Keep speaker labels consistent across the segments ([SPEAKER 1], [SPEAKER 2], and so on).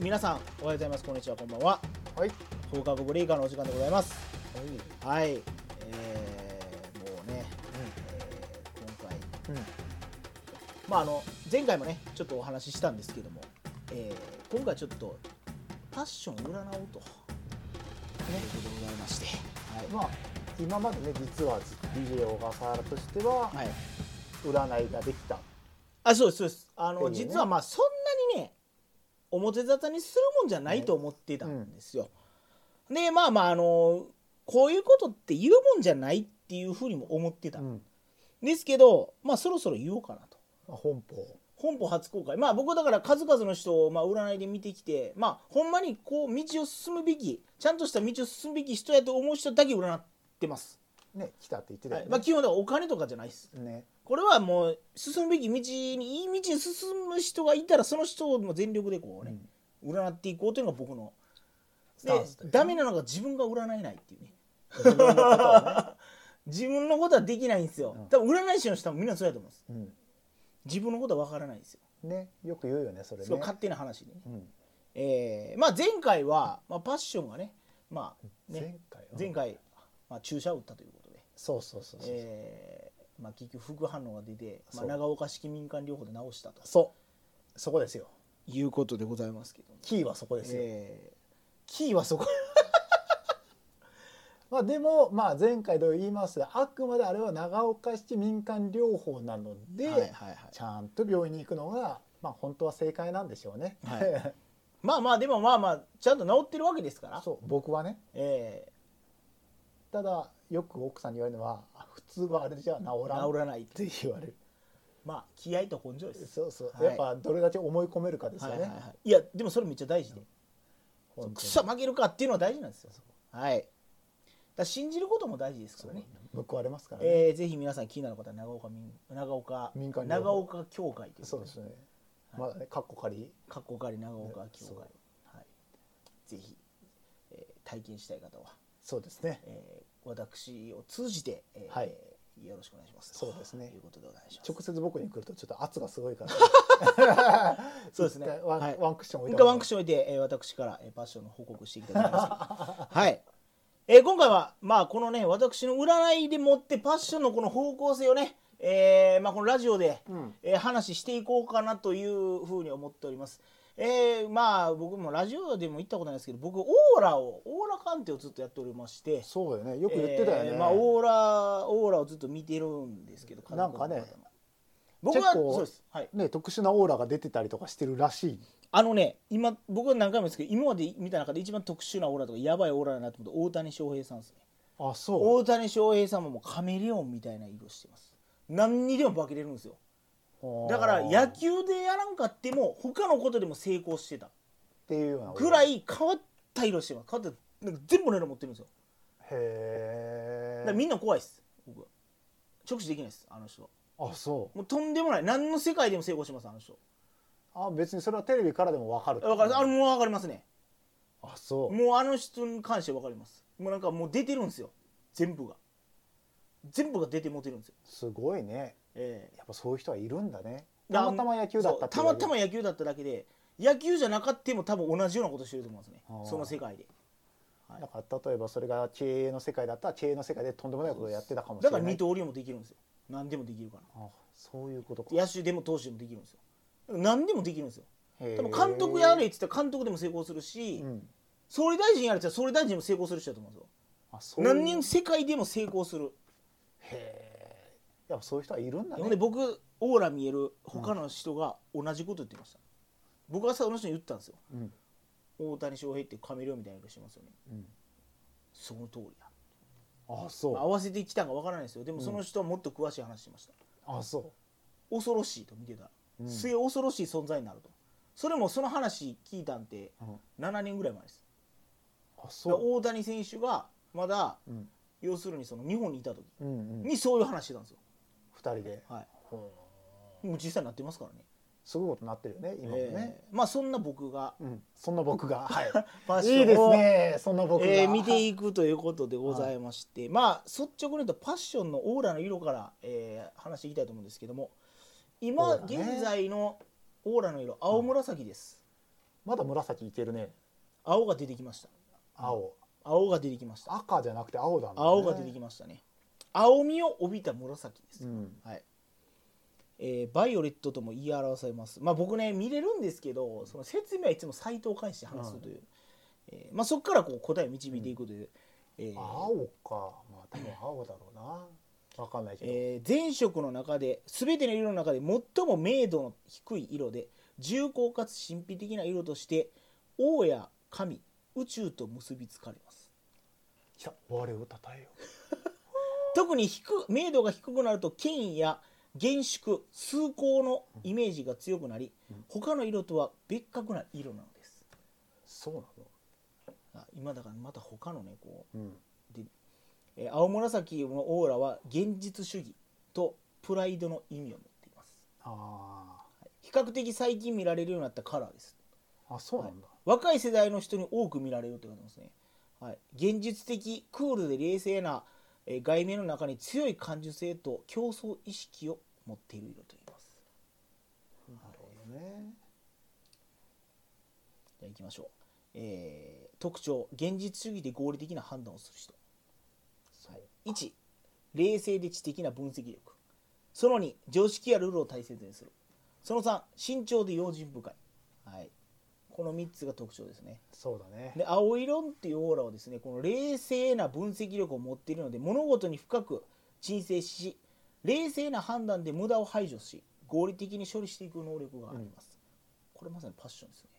[SPEAKER 1] 皆さんおはようございますこんにちはこんばんは
[SPEAKER 2] はい
[SPEAKER 1] 放課後ブレイカーのお時間でございます
[SPEAKER 2] はい
[SPEAKER 1] はいえー、もうね、えー今回
[SPEAKER 2] うん
[SPEAKER 1] まああの前回もねちょっとお話ししたんですけども、えー今回ちょっとパッションを占おうとねということでございましてはい
[SPEAKER 2] まあ今までね実は DJ 小笠原として
[SPEAKER 1] は
[SPEAKER 2] は
[SPEAKER 1] い、
[SPEAKER 2] 占いができた、
[SPEAKER 1] あそうですそうですあの、
[SPEAKER 2] っていうね
[SPEAKER 1] 実はまあそんなにね表沙汰にするもんじゃないと思ってたんですよ、でまあまああのこういうことって言うもんじゃないっていうふうにも思ってた、ん、
[SPEAKER 2] ん、
[SPEAKER 1] ですけどまあそろそろ言おうかなと
[SPEAKER 2] 本邦
[SPEAKER 1] 本邦初公開まあ僕だから数々の人をまあ占いで見てきてまあほんまにこう道を進むべきちゃんとした道を進むべき人やと思う人だけ占ってます、
[SPEAKER 2] ね来たって言ってた
[SPEAKER 1] はい
[SPEAKER 2] よね,、
[SPEAKER 1] まあ、基本だからお金とかじゃないです
[SPEAKER 2] ね
[SPEAKER 1] これはもう進むべき道にいい道に進む人がいたらその人をもう全力でこうね、占っていこうというのが僕の
[SPEAKER 2] ス
[SPEAKER 1] で
[SPEAKER 2] タンスというか
[SPEAKER 1] ダメなのが自分が占えないっていうね
[SPEAKER 2] 自分のことをね、
[SPEAKER 1] 自分のことはできないんですよ、
[SPEAKER 2] うん
[SPEAKER 1] 多分占い師の人はみんなそうやと思うんです
[SPEAKER 2] うん
[SPEAKER 1] 自分のことは分からないんですよ、
[SPEAKER 2] ねよく言うよねそれね
[SPEAKER 1] すごい勝手な話でね、
[SPEAKER 2] うん、
[SPEAKER 1] えーまあ、前回は、まあ、パッションがね,、まあ、ね
[SPEAKER 2] 前回うん
[SPEAKER 1] 前回、まあ、注射を打ったということで、
[SPEAKER 2] そうそうそうそう、
[SPEAKER 1] えーまあ、結局副反応が出て、まあ、
[SPEAKER 2] そう
[SPEAKER 1] 長岡式民間療法で治したと
[SPEAKER 2] そうそこですよ
[SPEAKER 1] いうことでございますけども、
[SPEAKER 2] キーはそこですよ、
[SPEAKER 1] えーキーはそこ
[SPEAKER 2] まあでもまあ前回と言いますがあくまであれは長岡市民間療法なので、
[SPEAKER 1] はいはいはい
[SPEAKER 2] ちゃんと病院に行くのがまあ本当は正解なんでしょうね、
[SPEAKER 1] はい まあまあでもまあまあちゃんと治ってるわけですから
[SPEAKER 2] そう僕はね
[SPEAKER 1] えー
[SPEAKER 2] ただよく奥さんに言われるのはあ普通はあれじゃ治ら
[SPEAKER 1] 治
[SPEAKER 2] んっ
[SPEAKER 1] らないって
[SPEAKER 2] て言われる
[SPEAKER 1] まあ気合と根性です
[SPEAKER 2] そうそう、
[SPEAKER 1] はい
[SPEAKER 2] やっぱどれだけ思い込めるかですよ
[SPEAKER 1] は
[SPEAKER 2] ね、
[SPEAKER 1] いはいはいいやでもそれめっちゃ大事で
[SPEAKER 2] 本当に
[SPEAKER 1] くそ負けるかっていうのは大事なんですよはいだから信じることも大事ですからね
[SPEAKER 2] 報われますからね、
[SPEAKER 1] えーぜひ皆さん気になる方は長岡民長岡
[SPEAKER 2] 民間療法
[SPEAKER 1] 長岡協会という
[SPEAKER 2] そうですね、まあねかっこ仮
[SPEAKER 1] かっこかり長岡協会
[SPEAKER 2] そう
[SPEAKER 1] はいぜひ、えー体験したい方は、
[SPEAKER 2] そうですね
[SPEAKER 1] えー私を通じて、えー
[SPEAKER 2] はい
[SPEAKER 1] よろしくお願いします
[SPEAKER 2] そうですね
[SPEAKER 1] ということでお願いします
[SPEAKER 2] 直接僕に来るとちょっと圧がすごいから、
[SPEAKER 1] そうですね
[SPEAKER 2] 一回ワン,、
[SPEAKER 1] はい
[SPEAKER 2] ワンクッション置い
[SPEAKER 1] 一
[SPEAKER 2] て
[SPEAKER 1] 回ワンクッション置いて、えー私から、えー、パッションの報告していきたいと思います。 はい。えー今回は、まあ、このね、私の占いでもってパッションのこの方向性をね、えーまあ、このラジオで、
[SPEAKER 2] うん
[SPEAKER 1] えー話していこうかなというふうに思っております。えーまあ、僕もラジオでも言ったことないですけど、僕、オーラを、オーラ鑑定をずっとやっておりまして、
[SPEAKER 2] そうよねよく言ってたよね、
[SPEAKER 1] えーまあ、オーラ、オーラをずっと見てるんですけど、
[SPEAKER 2] なんか
[SPEAKER 1] 家
[SPEAKER 2] ね
[SPEAKER 1] 族の方が僕は、
[SPEAKER 2] 結構
[SPEAKER 1] そうです。はい。
[SPEAKER 2] ね特殊なオーラが出てたりとかしてるらしい
[SPEAKER 1] あのね、今、僕は何回も言うんですけど、今まで見た中で一番特殊なオーラとか、やばいオーラだなと思って、大谷翔平さんですね。
[SPEAKER 2] あそう
[SPEAKER 1] 大谷翔平さんももうカメレオンみたいな色してます。何にでも化けれるんですよ。だから、
[SPEAKER 2] や
[SPEAKER 1] 野球でやらんかっても、他のことでも成功してた。
[SPEAKER 2] っていうような
[SPEAKER 1] ぐ
[SPEAKER 2] い
[SPEAKER 1] らい変わった色してます。変わった、なんか全部の色持ってるんですよ。
[SPEAKER 2] へ
[SPEAKER 1] だから
[SPEAKER 2] え
[SPEAKER 1] みんな怖いです。僕は。直視できないです、あの人は。
[SPEAKER 2] あそう
[SPEAKER 1] もうとんでもない。何の世界でも成功してます、あの人。
[SPEAKER 2] あ別にそれはテレビからでもわかる
[SPEAKER 1] わかります。あの、もうわかりますね。
[SPEAKER 2] あそう
[SPEAKER 1] もうあの人に関しては分かりますもうなんかもう出てるんですよ全部が全部が出てもてるんですよ
[SPEAKER 2] すごいね
[SPEAKER 1] ええ
[SPEAKER 2] やっぱそういう人はいるんだね
[SPEAKER 1] だ
[SPEAKER 2] たまたま野球だったってい
[SPEAKER 1] そうう
[SPEAKER 2] だ
[SPEAKER 1] た
[SPEAKER 2] け
[SPEAKER 1] またま野球だっただけで野球じゃなかっても多分同じようなことしてると思うんですね
[SPEAKER 2] ああ
[SPEAKER 1] その世界で
[SPEAKER 2] だから例えばそれが経営の世界だったら経営の世界でとんでもないことをやってたかもしれ
[SPEAKER 1] だ
[SPEAKER 2] な
[SPEAKER 1] か
[SPEAKER 2] い
[SPEAKER 1] ら二刀流もできるんですよ何でもできるから
[SPEAKER 2] あそういうことか
[SPEAKER 1] 野手でも投手でもできるんですよ何でもできるんですよ
[SPEAKER 2] へ
[SPEAKER 1] 多
[SPEAKER 2] ー
[SPEAKER 1] 分監督やれって言ったら監督でも成功するし、
[SPEAKER 2] うん
[SPEAKER 1] 総理大臣やれって言ったら総理大臣でも成功する人だと思うんですよ
[SPEAKER 2] あそういう
[SPEAKER 1] 何人世界でも成功する
[SPEAKER 2] へえやっぱそういう人はいるんだ
[SPEAKER 1] ほんで
[SPEAKER 2] ね
[SPEAKER 1] 僕オーラ見える他の人が同じこと言ってました、僕はさその人に言ったんですよ
[SPEAKER 2] うん
[SPEAKER 1] 大谷翔平ってカメレオンみたいな色してますよね
[SPEAKER 2] うん
[SPEAKER 1] その通りだ
[SPEAKER 2] あそ
[SPEAKER 1] まあ
[SPEAKER 2] う
[SPEAKER 1] 合わせてきたんかわからないですよでもその人はもっと詳しい話してました、
[SPEAKER 2] あそ
[SPEAKER 1] 恐ろしいと見てたら、
[SPEAKER 2] ん
[SPEAKER 1] 末恐ろしい存在になるとそれもその話聞いたんて
[SPEAKER 2] ううん
[SPEAKER 1] 7年ぐらい前です
[SPEAKER 2] あそ
[SPEAKER 1] だから
[SPEAKER 2] う
[SPEAKER 1] 大谷選手がまだ
[SPEAKER 2] うん
[SPEAKER 1] 要するにその日本にいた時
[SPEAKER 2] うんうん
[SPEAKER 1] にそういう話してたんですよ、
[SPEAKER 2] 二人で
[SPEAKER 1] は
[SPEAKER 2] ほ
[SPEAKER 1] い、もう実際になってますからね
[SPEAKER 2] すごいことになってるよね今もね
[SPEAKER 1] えーまあそんな僕が
[SPEAKER 2] うんそんな僕 がはい
[SPEAKER 1] ファッションを
[SPEAKER 2] いいですねそんな僕が
[SPEAKER 1] えー見ていくということでございまして、まあ率直に言うとパッションのオーラの色から、えー話していきたいと思うんですけども今
[SPEAKER 2] そうだね
[SPEAKER 1] 現在のオーラの色青紫です、
[SPEAKER 2] まだ紫いけるね
[SPEAKER 1] 青が出てきました
[SPEAKER 2] 青
[SPEAKER 1] 青が出てきました
[SPEAKER 2] 赤じゃなくて青だもんね
[SPEAKER 1] 青が出てきましたね青みを帯びた紫です、
[SPEAKER 2] うん
[SPEAKER 1] はいえーバイオレットとも言い表されますまあ僕ね見れるんですけどその説明はいつもサイトを介して話すという、えーまあ、そこからこう答えを導いていくという、えー
[SPEAKER 2] 青かまあ多分青だろうな分かんないけど、
[SPEAKER 1] えー全色の中で全ての色の中で最も明度の低い色で重厚かつ神秘的な色として王や神宇宙と結びつかれます
[SPEAKER 2] いや我をたたえよ
[SPEAKER 1] 特に低く明度が低くなると権威や厳粛崇高のイメージが強くなり他の色とは別格な色なのです
[SPEAKER 2] そうな
[SPEAKER 1] あ今だからまた他のねこ
[SPEAKER 2] のうん
[SPEAKER 1] うで、えー青紫のオーラは現実主義とプライドの意味を持っています
[SPEAKER 2] あ
[SPEAKER 1] 比較的最近見られるようになったカラーです
[SPEAKER 2] ーあそうなんだ、
[SPEAKER 1] 若い世代の人に多く見られるってことですね、はい、現実的クールで冷静な、えー外面の中に強い感受性と競争意識を持っている色と言います
[SPEAKER 2] なるほどね
[SPEAKER 1] じゃあ行きましょう、えー特徴現実主義で合理的な判断をする人、はい、1冷静で知的な分析力その2常識やルールを大切にするその3慎重で用心深い、はい、この3つが特徴ですね
[SPEAKER 2] そうだね
[SPEAKER 1] で青色っていうオーラはですねこの冷静な分析力を持っているので物事に深く沈静し冷静な判断で無駄を排除し合理的に処理していく能力があります、これまさにパッションですね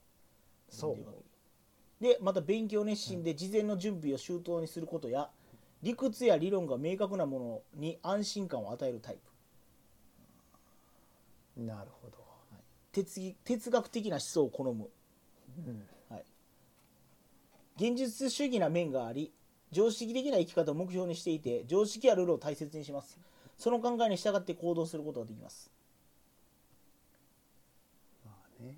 [SPEAKER 2] そう
[SPEAKER 1] でまた勉強熱心で事前の準備を周到にすることや、理屈や理論が明確なものに安心感を与えるタイプ
[SPEAKER 2] なるほど、
[SPEAKER 1] 哲哲学的な思想を好む
[SPEAKER 2] うん、
[SPEAKER 1] はい、現実主義な面があり常識的な生き方を目標にしていて常識やルールを大切にしますその考えに従って行動することができます
[SPEAKER 2] まあね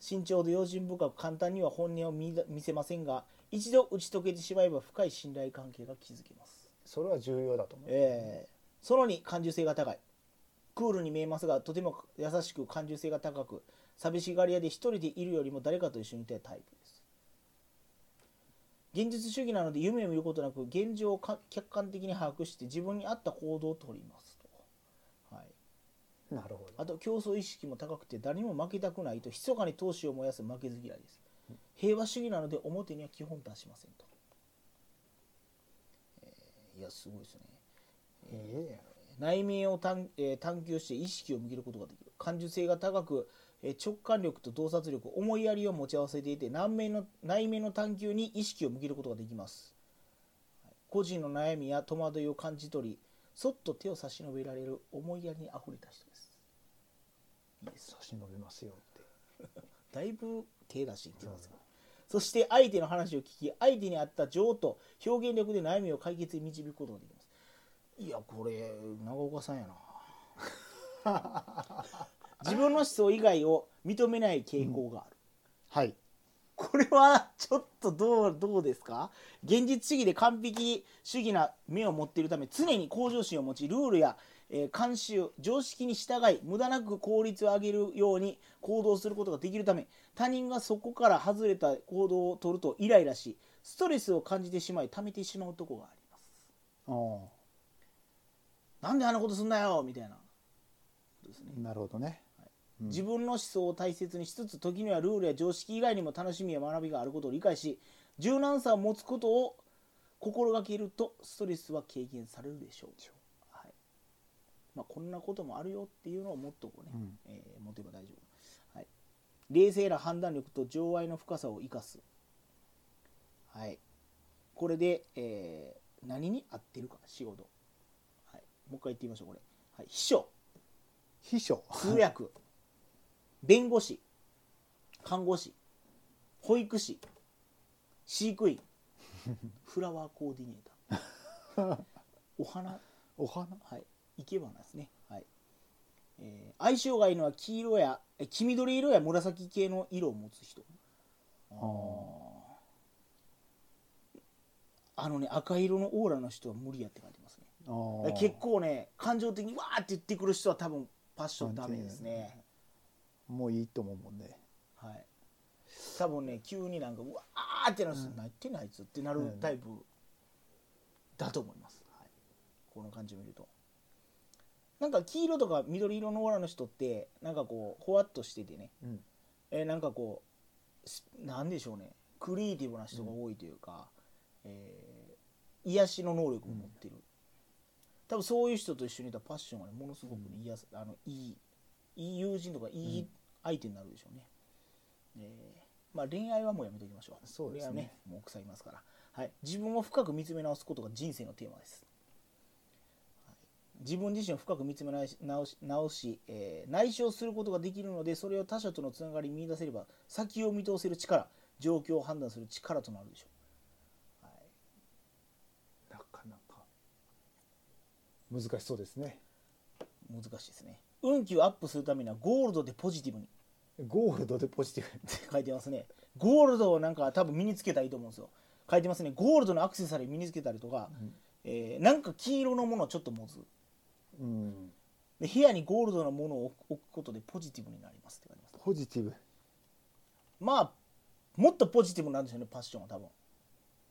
[SPEAKER 1] 慎重で用心深く簡単には本音を見だ見せませんが一度打ち解けてしまえば深い信頼関係が築けます、
[SPEAKER 2] それは重要だと思う、
[SPEAKER 1] えーその2感受性が高いクールに見えますがとても優しく感受性が高く寂しがり屋で一人でいるよりも誰かと一緒にいたいタイプです現実主義なので夢を見ることなく現状をか客観的に把握して自分に合った行動をとりますと、はい、
[SPEAKER 2] なるほど
[SPEAKER 1] あと競争意識も高くて誰にも負けたくないと密かに闘志を燃やす負けず嫌いです平和主義なので表には基本出しませんと、えーいやすごいですね
[SPEAKER 2] いいや
[SPEAKER 1] 内面を探,、えー探求して意識を向けることができる感受性が高く、えー直感力と洞察力思いやりを持ち合わせていて内面の内面の探求に意識を向けることができますはい個人の悩みや戸惑いを感じ取りそっと手を差し伸べられる思いやりにあふれた人ですいいです
[SPEAKER 2] 差し伸べますよって
[SPEAKER 1] だいぶ手出してきてますよ、そして相手の話を聞き相手に合った情と表現力で悩みを解決に導くことができますいやこれ長岡さんやな自分の思想以外を認めない傾向がある、
[SPEAKER 2] はい
[SPEAKER 1] これはちょっとどうどうですか現実主義で完璧主義な目を持っているため常に向上心を持ちルールや、えー慣習常識に従い無駄なく効率を上げるように行動することができるため他人がそこから外れた行動を取るとイライラしストレスを感じてしまい溜めてしまうとこがあります。
[SPEAKER 2] あ
[SPEAKER 1] なんであんなことすんなよみたいなことですね。
[SPEAKER 2] あなるほどねうん
[SPEAKER 1] 自分の思想を大切にしつつ時にはルールや常識以外にも楽しみや学びがあることを理解し柔軟さを持つことを心がけるとストレスは軽減されるでしょう、はいまあ、こんなこともあるよっていうのをもっとこうね、
[SPEAKER 2] うん
[SPEAKER 1] えー持てば大丈夫、はい、冷静な判断力と情愛の深さを生かす、はい、これで、えー何に合ってるか仕事、はい、もう一回言ってみましょうこれ、はい、秘書
[SPEAKER 2] 秘書
[SPEAKER 1] 通訳弁護士看護師保育士飼育 員フラワーコーディネーター お花
[SPEAKER 2] お花
[SPEAKER 1] はい生け花ですねはい、えー相性がいいのは黄色やえ黄緑色や紫系の色を持つ人あのね赤色のオーラの人は無理やって書いてますね
[SPEAKER 2] あー
[SPEAKER 1] 結構ね感情的にわーって言ってくる人は多分パッションダメですね
[SPEAKER 2] もういいと思うもんね
[SPEAKER 1] はい。多分ね急になんかうわーってなるんです、
[SPEAKER 2] うん
[SPEAKER 1] 何言ってんのあいつってなるタイプだと思います、はい、この感じを見るとなんか黄色とか緑色のオーラの人ってなんかこうほわっとしててね、
[SPEAKER 2] うん
[SPEAKER 1] えーなんかこうすなんでしょうねクリエイティブな人が多いというか、えー癒しの能力を持ってる、多分そういう人と一緒にいたらパッションはねものすごくね、癒すあのいいいい友人とかいい相手になるでしょうね、えーまあ、恋愛はもうやめておきましょう
[SPEAKER 2] そうですね
[SPEAKER 1] 恋愛はねもう腐りますから、はい、自分を深く見つめ直すことが人生のテーマです自分自身を深く見つめ直し直し直し、えー内省することができるのでそれを他者とのつながりに見出せれば先を見通せる力状況を判断する力となるでしょ
[SPEAKER 2] なかなか難しそうですね
[SPEAKER 1] う難しいですね運気をアップするためにはゴールドでポジティブにっ
[SPEAKER 2] ゴールドでポジティ
[SPEAKER 1] て書いてますねゴールドをなんか多分身につけたらいいと思うんですよ書いてますねゴールドのアクセサリー身につけたりとか、
[SPEAKER 2] ん
[SPEAKER 1] えーなんか黄色のものをちょっと持つ
[SPEAKER 2] ブ、うん、
[SPEAKER 1] で部屋にゴールドのものを置く置くことでポジティブになりますって書いてます
[SPEAKER 2] ポジティブ
[SPEAKER 1] まあもっとポジティブなんでしょうねパッションは多分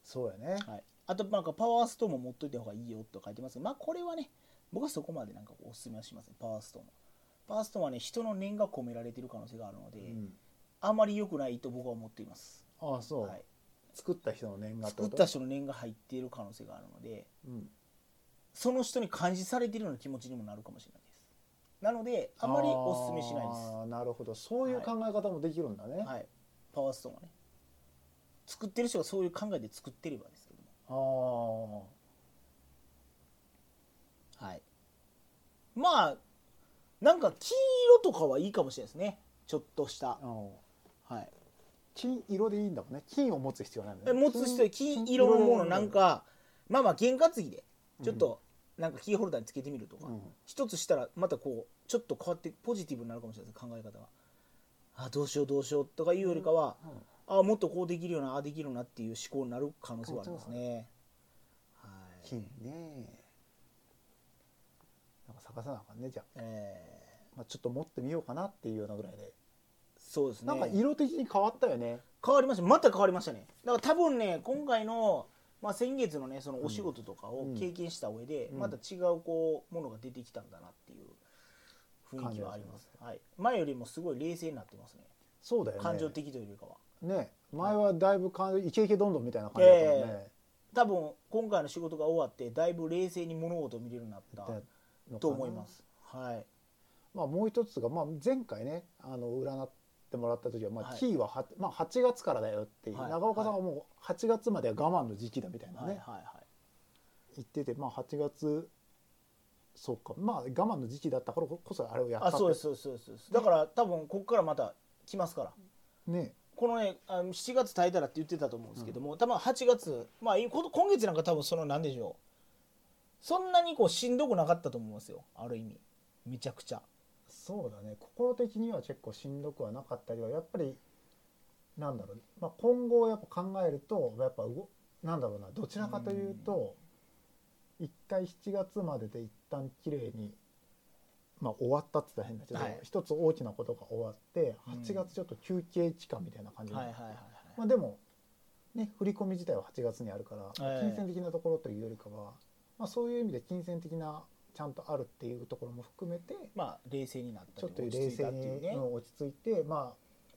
[SPEAKER 2] そうやね
[SPEAKER 1] はい、あとなんかパワーストーンも持っといた方がいいよと書いてますけどまあこれはね僕はそこまでなんかおすすめはしませんパワーストーンもパワーストーンはね人の念が込められている可能性があるので、
[SPEAKER 2] うん
[SPEAKER 1] あまり良くないと僕は思っています、
[SPEAKER 2] ああそう、
[SPEAKER 1] はい、
[SPEAKER 2] 作った人の年賀って
[SPEAKER 1] 作
[SPEAKER 2] こ
[SPEAKER 1] っ
[SPEAKER 2] と
[SPEAKER 1] た人の念が入っている可能性があるので
[SPEAKER 2] うん、
[SPEAKER 1] その人に感じされているような気持ちにもなるかもしれないですなのであまりおすすめしないです
[SPEAKER 2] あーなるほどそういう考え方もできるんだね、
[SPEAKER 1] はい、パワーストーンはね作ってる人がそういう考えで作ってればですけども
[SPEAKER 2] ああ
[SPEAKER 1] はい、まあなんか金色とかはいいかもしれないですねちょっとした
[SPEAKER 2] あ、の
[SPEAKER 1] はい、
[SPEAKER 2] 金色でいいんだもんね金を持つ必要ないんだ
[SPEAKER 1] え
[SPEAKER 2] ね
[SPEAKER 1] 持つ人は金色のものなん、かまあまあ験担ぎでちょっとなんかキーホルダーにつけてみるとか、
[SPEAKER 2] うん
[SPEAKER 1] 一つしたらまたこうちょっと変わってポジティブになるかもしれないです考え方があどうしようどうしようとかいうよりかは、
[SPEAKER 2] うん
[SPEAKER 1] あもっとこうできるよなああできるよなっていう思考になる可能性はありますね。はい
[SPEAKER 2] 金ねなんか探さなあかんねじゃあ,、
[SPEAKER 1] え
[SPEAKER 2] まあちょっと持ってみようかなっていうようなぐらいで、
[SPEAKER 1] ーそうですね。
[SPEAKER 2] なんか色的に変わったよね
[SPEAKER 1] 変わりましたまた変わりましたねだから多分ね今回の、まあ、先月のねそのお仕事とかを
[SPEAKER 2] うん
[SPEAKER 1] 経験した上で、
[SPEAKER 2] うん
[SPEAKER 1] また違うこうものが出てきたんだなっていう雰囲気はありますはい、前よりもすごい冷静になってますね
[SPEAKER 2] そうだよね
[SPEAKER 1] 感情的というよりかは、
[SPEAKER 2] ね前はだいぶ感イケイケどんどんみたいな感じだったもんね、
[SPEAKER 1] え多分今回の仕事が終わってだいぶ冷静に物事を見れるようにな
[SPEAKER 2] だ
[SPEAKER 1] っ
[SPEAKER 2] ったのか
[SPEAKER 1] た
[SPEAKER 2] な
[SPEAKER 1] と思いま、すはい
[SPEAKER 2] まあ、もう一つが、まあ、前回ねあの占ってもらった時は、ま
[SPEAKER 1] は
[SPEAKER 2] あ、
[SPEAKER 1] い
[SPEAKER 2] キーはは、まあ、8月からだよっていう、
[SPEAKER 1] はい
[SPEAKER 2] 長岡さんはもう8月までは我慢の時期だみたいなね、
[SPEAKER 1] はいはいはい
[SPEAKER 2] 言ってて、まあ、8月そうかまあ我慢の時期だったからこそあれをやった
[SPEAKER 1] あ
[SPEAKER 2] って
[SPEAKER 1] そうですそうですそうですだから多分ここからまた来ますから
[SPEAKER 2] ね
[SPEAKER 1] このねあの7月耐えたらって言ってたと思うんですけども、多分8月まあいこ今月なんか多分その何でしょうそんなにこうしんどくなかったと思いますよある意味めちゃくちゃ
[SPEAKER 2] そうだね心的には結構しんどくはなかったりはやっぱりなんだろう、まあ、今後をやっぱ考えるとやっぱ動なんだろうなどちらかというと一回7月までで一旦綺麗にまあ終わったって言ったら変だけど
[SPEAKER 1] はい
[SPEAKER 2] 一、つ大きなことが終わって
[SPEAKER 1] うん
[SPEAKER 2] 8月ちょっと休憩期間みたいな感じに
[SPEAKER 1] はい
[SPEAKER 2] な
[SPEAKER 1] は
[SPEAKER 2] っ
[SPEAKER 1] いはい
[SPEAKER 2] て
[SPEAKER 1] はい、
[SPEAKER 2] まあでもね振り込み自体は8月にあるから、
[SPEAKER 1] ええ
[SPEAKER 2] 金銭的なところというよりかは、まあ、そういう意味で金銭的なちゃんとあるっていうところも含めて
[SPEAKER 1] まあ冷静になった
[SPEAKER 2] ちょっと
[SPEAKER 1] り落
[SPEAKER 2] 冷
[SPEAKER 1] ち着い
[SPEAKER 2] 静
[SPEAKER 1] たっていう
[SPEAKER 2] に
[SPEAKER 1] ね
[SPEAKER 2] うん落ち着いてまあ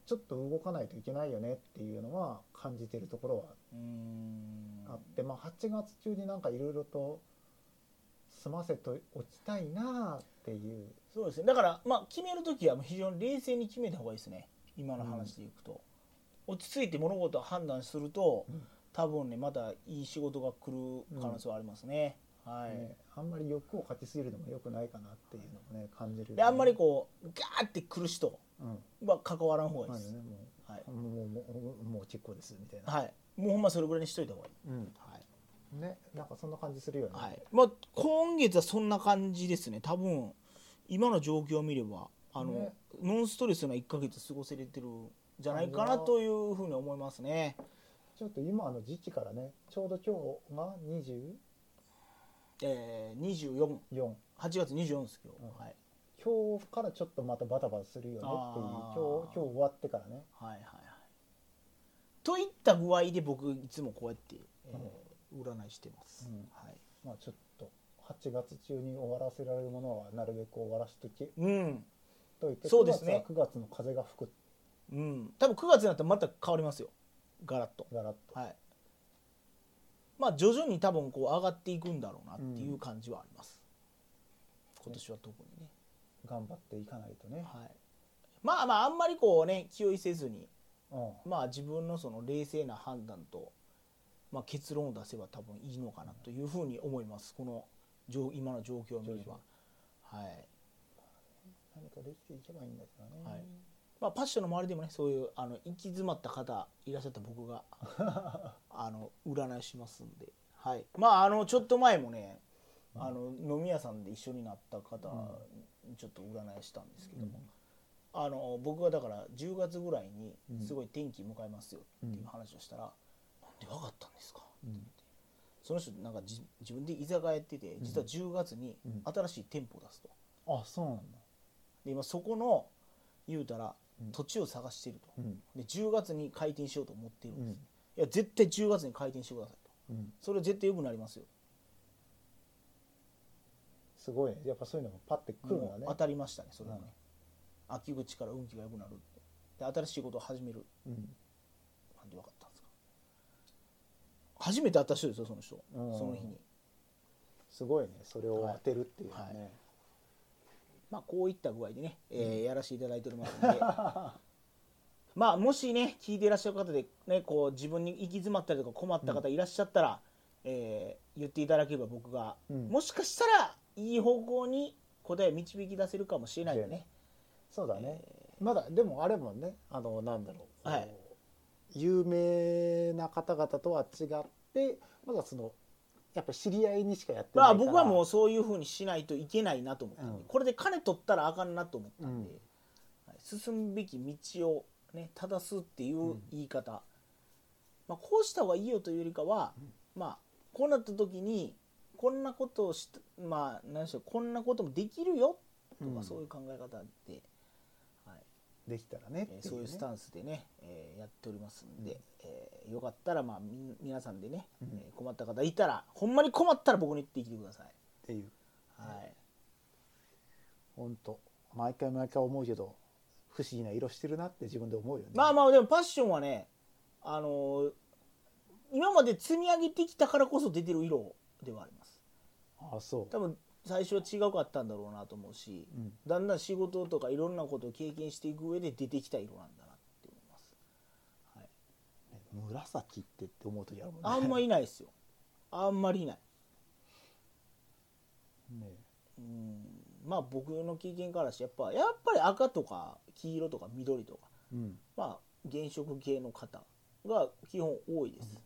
[SPEAKER 2] ちょっと動かないといけないよねっていうのは感じてるところ
[SPEAKER 1] うーん
[SPEAKER 2] はあって、まあ、8月中になんかいろいろと済ませておきたいなっていう
[SPEAKER 1] そうですねだからまあ決める時はもう非常に冷静に決めた方がいいですね今の話でいくと、落ち着いて物事を判断すると、
[SPEAKER 2] うん
[SPEAKER 1] 多分ねまたいい仕事が来る可能性はありますね、はい、
[SPEAKER 2] ねあんまり欲をかきすぎるのも良くないかなっていうのもね感じるよね
[SPEAKER 1] であんまりこうガーって来る人
[SPEAKER 2] うん
[SPEAKER 1] は関わらん方がいい
[SPEAKER 2] まあ
[SPEAKER 1] です、
[SPEAKER 2] ねも
[SPEAKER 1] はいう
[SPEAKER 2] もうもうもうもう結構ですみたいな、
[SPEAKER 1] はい、もうほんまそれぐらいにしといた方がいい、
[SPEAKER 2] うん
[SPEAKER 1] はい
[SPEAKER 2] ねなんかそんな感じするよね、
[SPEAKER 1] はいまあ、今月はそんな感じですね多分今の状況を見ればあの、
[SPEAKER 2] ね
[SPEAKER 1] ノンストレスな1ヶ月過ごせれてるんじゃないかな
[SPEAKER 2] あの
[SPEAKER 1] というふうに思いますね
[SPEAKER 2] ちょっと今の時期からねちょうど今日
[SPEAKER 1] えー、248
[SPEAKER 2] が248
[SPEAKER 1] 月24ですけど、
[SPEAKER 2] うん
[SPEAKER 1] はい、
[SPEAKER 2] 今日からちょっとまたバタバタするよねっていう
[SPEAKER 1] あー
[SPEAKER 2] 今日今日終わってからね
[SPEAKER 1] はいはいはいといった具合で僕いつもこうやって、えー占いしてます、
[SPEAKER 2] うん
[SPEAKER 1] はい
[SPEAKER 2] まあちょっと8月中に終わらせられるものはなるべく終わらせとき
[SPEAKER 1] うん
[SPEAKER 2] といて
[SPEAKER 1] そうですね
[SPEAKER 2] 9月は9月の風が吹く
[SPEAKER 1] うん、多分9月になったらまた変わりますよガラッと
[SPEAKER 2] ガラッと、
[SPEAKER 1] はいまあ徐々に多分こう上がっていくんだろうなっていう感じはあります、今年は特にね
[SPEAKER 2] 頑張っていかないと
[SPEAKER 1] は
[SPEAKER 2] ね、
[SPEAKER 1] いまあまああんまりこうね気負いせずに
[SPEAKER 2] うん
[SPEAKER 1] まあ自分のその冷静な判断と、まあ、結論を出せば多分いいのかなというふうに思いますこの状今の状況を見れば
[SPEAKER 2] 状
[SPEAKER 1] はい、
[SPEAKER 2] 何かできていけばいいんだけどね、
[SPEAKER 1] はいまあ、パッションの周りでもねそういうあの行き詰まった方いらっしゃった僕 があの占いしますんで、はい、まああのちょっと前もねあの飲み屋さんで一緒になった方にちょっと占いしたんですけども、あの僕がだから10月ぐらいに
[SPEAKER 2] うん
[SPEAKER 1] すごい天気迎えますよっていう話をしたら「なんで分かったんですか?」って言ってその人なんかじ自分で居酒屋やってて実は10月に
[SPEAKER 2] うん
[SPEAKER 1] 新しい店舗を出すと。
[SPEAKER 2] あそうなんだ
[SPEAKER 1] で今そこの言うたら
[SPEAKER 2] うん
[SPEAKER 1] 土地を探していると、
[SPEAKER 2] うん
[SPEAKER 1] で10月に開店しようと思っているんです、
[SPEAKER 2] うん
[SPEAKER 1] いや絶対10月に開店してくださいと
[SPEAKER 2] うん
[SPEAKER 1] それ絶対良くなりますよ
[SPEAKER 2] すごいねやっぱそういうのがパッてくるの
[SPEAKER 1] も
[SPEAKER 2] が
[SPEAKER 1] う
[SPEAKER 2] ね
[SPEAKER 1] 当たりましたねそれはね、秋口から運気が良くなるってで新しいことを始める
[SPEAKER 2] うん
[SPEAKER 1] なんで分かったんですか初めて会った人ですよその人、
[SPEAKER 2] うん
[SPEAKER 1] その日に
[SPEAKER 2] すごいねそれを当てるっていうね、
[SPEAKER 1] はいはいまあこういった具合でね、えーやらせていただいております のでまあもしね聞いていらっしゃる方でねこう自分に行き詰まったりとか困った方いらっしゃったら、えー言っていただければ僕が、
[SPEAKER 2] うん
[SPEAKER 1] もしかしたらいい方向に答えを導き出せるかもしれないよね。
[SPEAKER 2] そうだね、まだでもあれもねあのなんだろう、
[SPEAKER 1] はい
[SPEAKER 2] 有名な方々とは違ってまだそのやっぱ知り合いにしかやってな
[SPEAKER 1] まあ
[SPEAKER 2] いから
[SPEAKER 1] 僕はもうそういうふうにしないといけないなと思ったんで、
[SPEAKER 2] うん
[SPEAKER 1] これで金取ったらあかんなと思ったんで、
[SPEAKER 2] うん
[SPEAKER 1] はい進むべき道を、ね、正すっていう言い方、まあ、こうした方がいいよというよりかは、まあこうなった時にこんなことをしたまあ何でしょうこんなこともできるよと
[SPEAKER 2] う
[SPEAKER 1] か
[SPEAKER 2] ん
[SPEAKER 1] そういう考え方で、はい
[SPEAKER 2] できたらねって
[SPEAKER 1] え
[SPEAKER 2] い
[SPEAKER 1] ーそういうスタンスでね、えーやっておりますんで、えーよかったらまあみん皆さんでね、えー困った方いたらほんまに困ったら僕に言ってきてください。
[SPEAKER 2] っていう
[SPEAKER 1] はい
[SPEAKER 2] 本当毎回毎回思うけど不思議な色してるなって自分で思うよね
[SPEAKER 1] まあまあでもパッションはねあのー今まで積み上げてきたからこそ出てる色ではあります
[SPEAKER 2] あそう
[SPEAKER 1] 多分最初は違うかったんだろうなと思うし、
[SPEAKER 2] うん
[SPEAKER 1] だんだん仕事とかいろんなことを経験していく上で出てきた色なんだなって思います
[SPEAKER 2] 紫ってって思う時あるもんね
[SPEAKER 1] あんまいないですよあんまりいない
[SPEAKER 2] ね
[SPEAKER 1] うんまあ僕の経験からしてやっぱやっぱり赤とか黄色とか緑とか
[SPEAKER 2] うん
[SPEAKER 1] まあ原色系の方が基本多いです、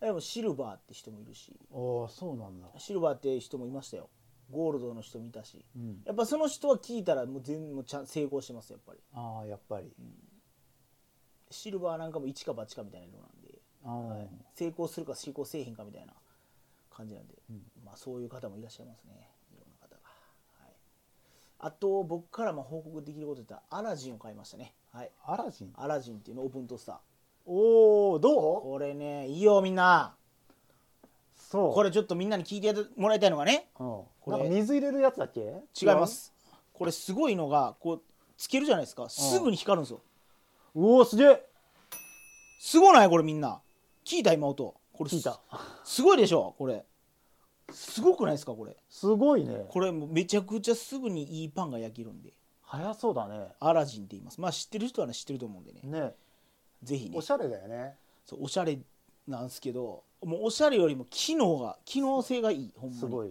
[SPEAKER 1] でもシルバーって人もいるし
[SPEAKER 2] ああそうなんだ
[SPEAKER 1] シルバーって人もいましたよゴールドの人もいたし
[SPEAKER 2] うん
[SPEAKER 1] やっぱその人は聞いたらもう全もうちゃん成功してますやっぱり
[SPEAKER 2] ああやっぱり、
[SPEAKER 1] シルバーなんかも一か八かみたいな色なんで
[SPEAKER 2] ああ、
[SPEAKER 1] 成功するか成功せえへんかみたいな感じなんで、
[SPEAKER 2] うん
[SPEAKER 1] まあそういう方もいらっしゃいますねいろんな方が、はい、あと僕からまあ報告できること言ったらアラジンを買いましたねはい
[SPEAKER 2] アラジン
[SPEAKER 1] アラジンっていうのオープントースター
[SPEAKER 2] おおどう
[SPEAKER 1] これねいいよみんな
[SPEAKER 2] そう
[SPEAKER 1] これちょっとみんなに聞いてもらいたいのがね
[SPEAKER 2] うん
[SPEAKER 1] れ
[SPEAKER 2] なんか水入れるやつだっけ違い
[SPEAKER 1] 違いますこれすごいのがこうつけるじゃないですかすぐに光るんですよ
[SPEAKER 2] うおーすげえ
[SPEAKER 1] すごないこれみんな聞いた今音これす
[SPEAKER 2] 聞いた
[SPEAKER 1] すごいでしょこれすごくないですかこれ
[SPEAKER 2] すごいね
[SPEAKER 1] これもうめちゃくちゃすぐにいいパンが焼けるんで
[SPEAKER 2] 早そうだね
[SPEAKER 1] アラジンって言いますまあ知ってる人はね知ってると思うんでね
[SPEAKER 2] ね
[SPEAKER 1] ぜひね
[SPEAKER 2] おしゃれだよね
[SPEAKER 1] そうおしゃれなんですけどもうおしゃれよりも機能が機能性がいいほんまに
[SPEAKER 2] すごい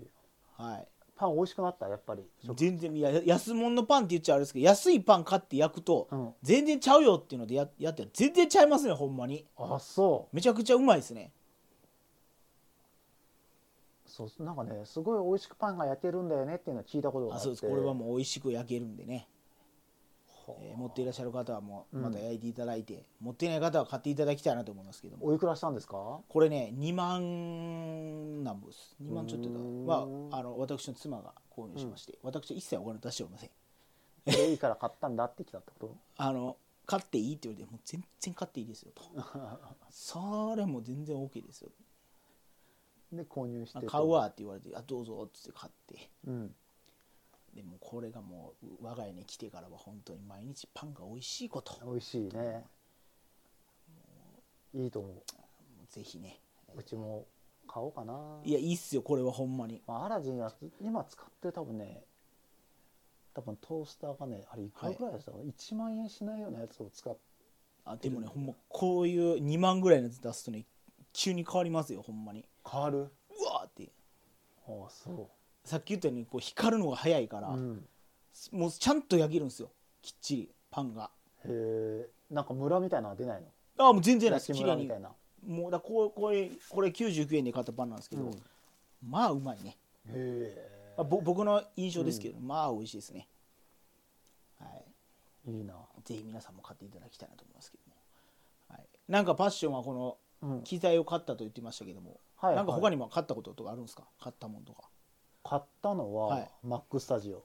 [SPEAKER 1] はい
[SPEAKER 2] パン美味しくなったやっぱり
[SPEAKER 1] 全然いや安物のパンって言っちゃあれですけど安いパン買って焼くと、
[SPEAKER 2] うん
[SPEAKER 1] 全然ちゃうよっていうのでややって全然ちゃいますねほんまに
[SPEAKER 2] あそ
[SPEAKER 1] めちゃくちゃうまいですね
[SPEAKER 2] うそうなんかねすごい美味しくパンが焼けるんだよねっていうのは聞いたことがあ
[SPEAKER 1] あ
[SPEAKER 2] って
[SPEAKER 1] そうですこれはもう美味しく焼けるんでね、えー持っていらっしゃる方はもう
[SPEAKER 2] うん
[SPEAKER 1] また焼いていただいて、持っていない方は買っていただきたいなと思いますけども
[SPEAKER 2] おいくらしたんですか
[SPEAKER 1] これね2万なんぼです2万ちょっとだ
[SPEAKER 2] うーん
[SPEAKER 1] まああの私の妻が購入しまして、私は一切お金出しておりません
[SPEAKER 2] これいいから買ったんだってきたってこと
[SPEAKER 1] あの買っていいって言われてもう全然買っていいですよとそれも全然 OK ですよ
[SPEAKER 2] で購入して
[SPEAKER 1] あ買うわって言われて「あどうぞ」っつって買って
[SPEAKER 2] うん
[SPEAKER 1] でもこれがもう我が家に来てからは本当に毎日パンが美味しいこと
[SPEAKER 2] 美味しいねいいと思
[SPEAKER 1] ぜひね
[SPEAKER 2] ううちも買おうかない
[SPEAKER 1] やいいっすよこれはほんまに
[SPEAKER 2] まあ、アラジンは今使ってる多分ね多分トースターがねあれいくらぐらいでしたか、1万円しないようなやつを使っ
[SPEAKER 1] あでもねほんまこういう2万ぐらいのやつ出すとね急に変わりますよほんまに
[SPEAKER 2] 変わる
[SPEAKER 1] うわーって
[SPEAKER 2] ああそ
[SPEAKER 1] さっき言ったようにこう光るのが早いから、
[SPEAKER 2] う、うん、
[SPEAKER 1] もうちゃんと焼けるんですよきっちりパンが
[SPEAKER 2] へえんかムラみたいなのは出ないの
[SPEAKER 1] あもう全然ないです
[SPEAKER 2] 焼き
[SPEAKER 1] 綺麗
[SPEAKER 2] ムラみ
[SPEAKER 1] に
[SPEAKER 2] たいな
[SPEAKER 1] もうだこうこれこれ99円で買ったパンなんですけど、
[SPEAKER 2] うん
[SPEAKER 1] まあうまいね、
[SPEAKER 2] へえ
[SPEAKER 1] まあ、ぼ僕の印象ですけど、まあ美味しいですねはい
[SPEAKER 2] いいな
[SPEAKER 1] ぜひ皆さんも買っていただきたいなと思いますけども、はい、なんかパッションはこの
[SPEAKER 2] うん
[SPEAKER 1] 機材を買ったと言ってましたけども、
[SPEAKER 2] はい
[SPEAKER 1] なんか
[SPEAKER 2] はい
[SPEAKER 1] 他にも買ったこととかあるんですか買ったもんとか
[SPEAKER 2] 買ったの
[SPEAKER 1] は
[SPEAKER 2] はいマックスタジオ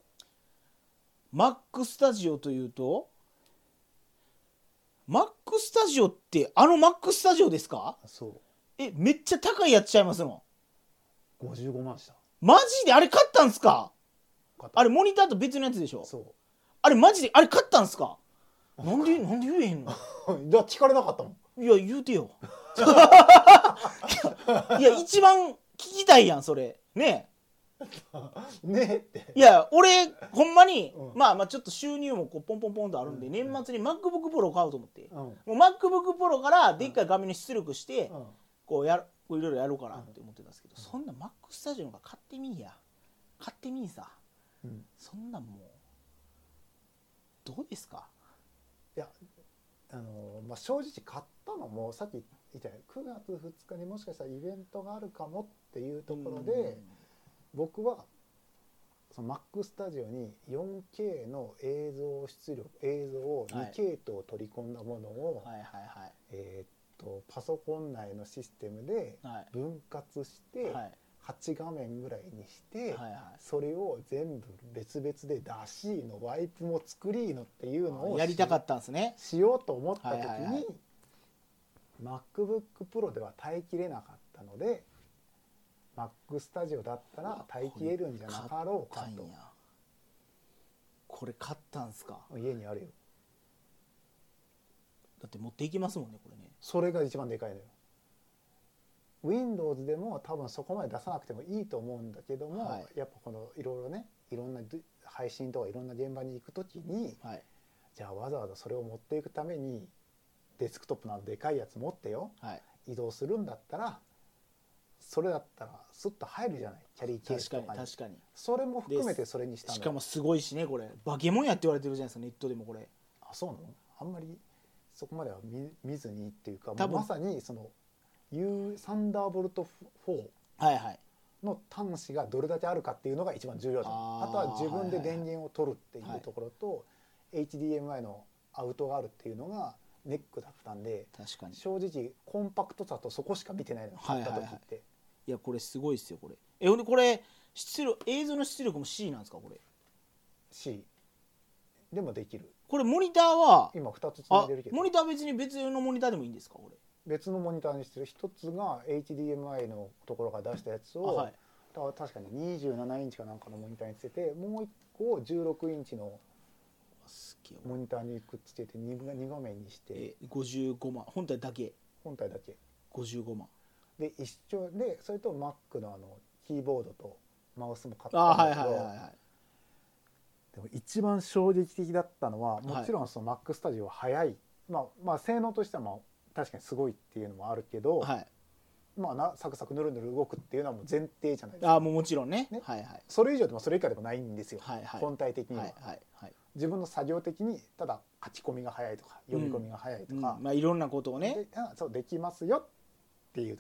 [SPEAKER 1] Mac スタジオというと Mac スタジオってあの Mac スタジオですか
[SPEAKER 2] あそ
[SPEAKER 1] えめっちゃ高いやつちゃいますの
[SPEAKER 2] う55万した
[SPEAKER 1] マジであれ買ったんすか
[SPEAKER 2] 買った
[SPEAKER 1] あれモニターと別のやつでしょ
[SPEAKER 2] そ
[SPEAKER 1] あれマジであれ買ったんすかなんでなんで言えへんの
[SPEAKER 2] うだから聞かれなかったもん
[SPEAKER 1] いや言うてよ いや一番聞きたいやんそれね
[SPEAKER 2] ねえって
[SPEAKER 1] いや俺ほんまに、
[SPEAKER 2] うん
[SPEAKER 1] まあまあちょっと収入もこうポンポンポンとあるんで、
[SPEAKER 2] うん
[SPEAKER 1] 年末に MacBookPro 買おうと思って、
[SPEAKER 2] うん、うん、
[SPEAKER 1] もう MacBookPro からでっかい画面に出力して、こうやるこういろいろやろうかなって思ってたんですけど、そんな Mac スタジオの方が買ってみいや買ってみいさ
[SPEAKER 2] うん、
[SPEAKER 1] そんなんもうどうですか
[SPEAKER 2] いやあのまあ、正直買ったのもさっき言ったように9月2日にもしかしたらイベントがあるかもっていうところで、僕はその Mac スタジオに 4K の映像出力映像を
[SPEAKER 1] はい
[SPEAKER 2] 2系統取り込んだものを、
[SPEAKER 1] はいはいは
[SPEAKER 2] えーっとパソコン内のシステムで
[SPEAKER 1] いはい
[SPEAKER 2] 分割して
[SPEAKER 1] はい
[SPEAKER 2] 8画面ぐらいにして、
[SPEAKER 1] はいはい
[SPEAKER 2] それを全部別々で出しのワイプも作りのっていうのを
[SPEAKER 1] やりたかったんですね。
[SPEAKER 2] しようと思った時に、
[SPEAKER 1] はいはいはい
[SPEAKER 2] MacBook Pro では耐えきれなかったので Mac Studio だったら耐えきれるんじゃなかろうか
[SPEAKER 1] 買ったんやこれ買ったんすか。
[SPEAKER 2] と家にあるよ
[SPEAKER 1] だって持っていきますもんねこれね。
[SPEAKER 2] それが一番でかいのよ Windows でも多分そこまで出さなくてもいいと思うんだけども、
[SPEAKER 1] はい
[SPEAKER 2] やっぱこのいろいろねいろんなど配信とかいろんな現場に行く時に
[SPEAKER 1] はい
[SPEAKER 2] じゃあわざわざそれを持っていくためにデスクトップのでかいやつ持ってよ
[SPEAKER 1] はい。
[SPEAKER 2] 移動するんだったらそれだったらスッと入るじゃないキャリーケース
[SPEAKER 1] 確か
[SPEAKER 2] と
[SPEAKER 1] に
[SPEAKER 2] かに
[SPEAKER 1] 確かに。
[SPEAKER 2] それも含めてそれにしたの
[SPEAKER 1] しかもすごいしねこれバケモンやって言われてるじゃないですかネットでもこれ。
[SPEAKER 2] あそうなのあんまりそこまでは見見ずにっていうか
[SPEAKER 1] 多分
[SPEAKER 2] まさにその U サンダーボルト4
[SPEAKER 1] はいはい。
[SPEAKER 2] の端子がどれだけあるかっていうのが一番重要だ
[SPEAKER 1] あ
[SPEAKER 2] あ
[SPEAKER 1] ー
[SPEAKER 2] あとは自分で
[SPEAKER 1] はいはいはい
[SPEAKER 2] 電源を取るっていうところと、HDMI のアウトがあるっていうのがネックだったんで
[SPEAKER 1] 確かに。
[SPEAKER 2] 正直コンパクトさとそこしか見てないのよ買った時って、
[SPEAKER 1] はいはいはいやこれすごいですよこれ。えほんでこれ出力映像の出力も C なんですかこれ。
[SPEAKER 2] しでもできる
[SPEAKER 1] これモニターは
[SPEAKER 2] 今2つつな
[SPEAKER 1] あ
[SPEAKER 2] いでるけど
[SPEAKER 1] モニター別に別のモニターでもいいんですかこれ。
[SPEAKER 2] 別のモニターにしてる一つが HDMI のところが出したやつ
[SPEAKER 1] あ
[SPEAKER 2] を、
[SPEAKER 1] はい。
[SPEAKER 2] だから確かに27インチかなんかのモニターにつけてもう一個を16インチの
[SPEAKER 1] すっげえ
[SPEAKER 2] モニターにくっつけて 2, 2画面にして
[SPEAKER 1] え55万本体だけ
[SPEAKER 2] 本体だけ
[SPEAKER 1] 55万。
[SPEAKER 2] で一緒でそれと Mac のあのキーボードとマウスも買っ
[SPEAKER 1] あ
[SPEAKER 2] たん
[SPEAKER 1] はい
[SPEAKER 2] だ
[SPEAKER 1] は
[SPEAKER 2] け
[SPEAKER 1] い
[SPEAKER 2] ど、
[SPEAKER 1] はいはい。
[SPEAKER 2] でも一番衝撃的だったのは
[SPEAKER 1] はい
[SPEAKER 2] もちろんその Mac スタジオは早い、まあ、まあ性能としてはまあ確かにすごいっていうのもあるけど、
[SPEAKER 1] はい、
[SPEAKER 2] まあなサクサクぬるぬる動くっていうのはもう前提じゃないですか
[SPEAKER 1] ああもうもちろんね
[SPEAKER 2] ね
[SPEAKER 1] はいはい
[SPEAKER 2] それ以上でもそれ以下でもないんですよ、
[SPEAKER 1] はいはい
[SPEAKER 2] 本体的には、
[SPEAKER 1] はいはいはい
[SPEAKER 2] 自分の作業的にただ書き込みが早いとか読み込みが早いと
[SPEAKER 1] うん
[SPEAKER 2] か、
[SPEAKER 1] まあいろんなことをね
[SPEAKER 2] であそうできますよっていう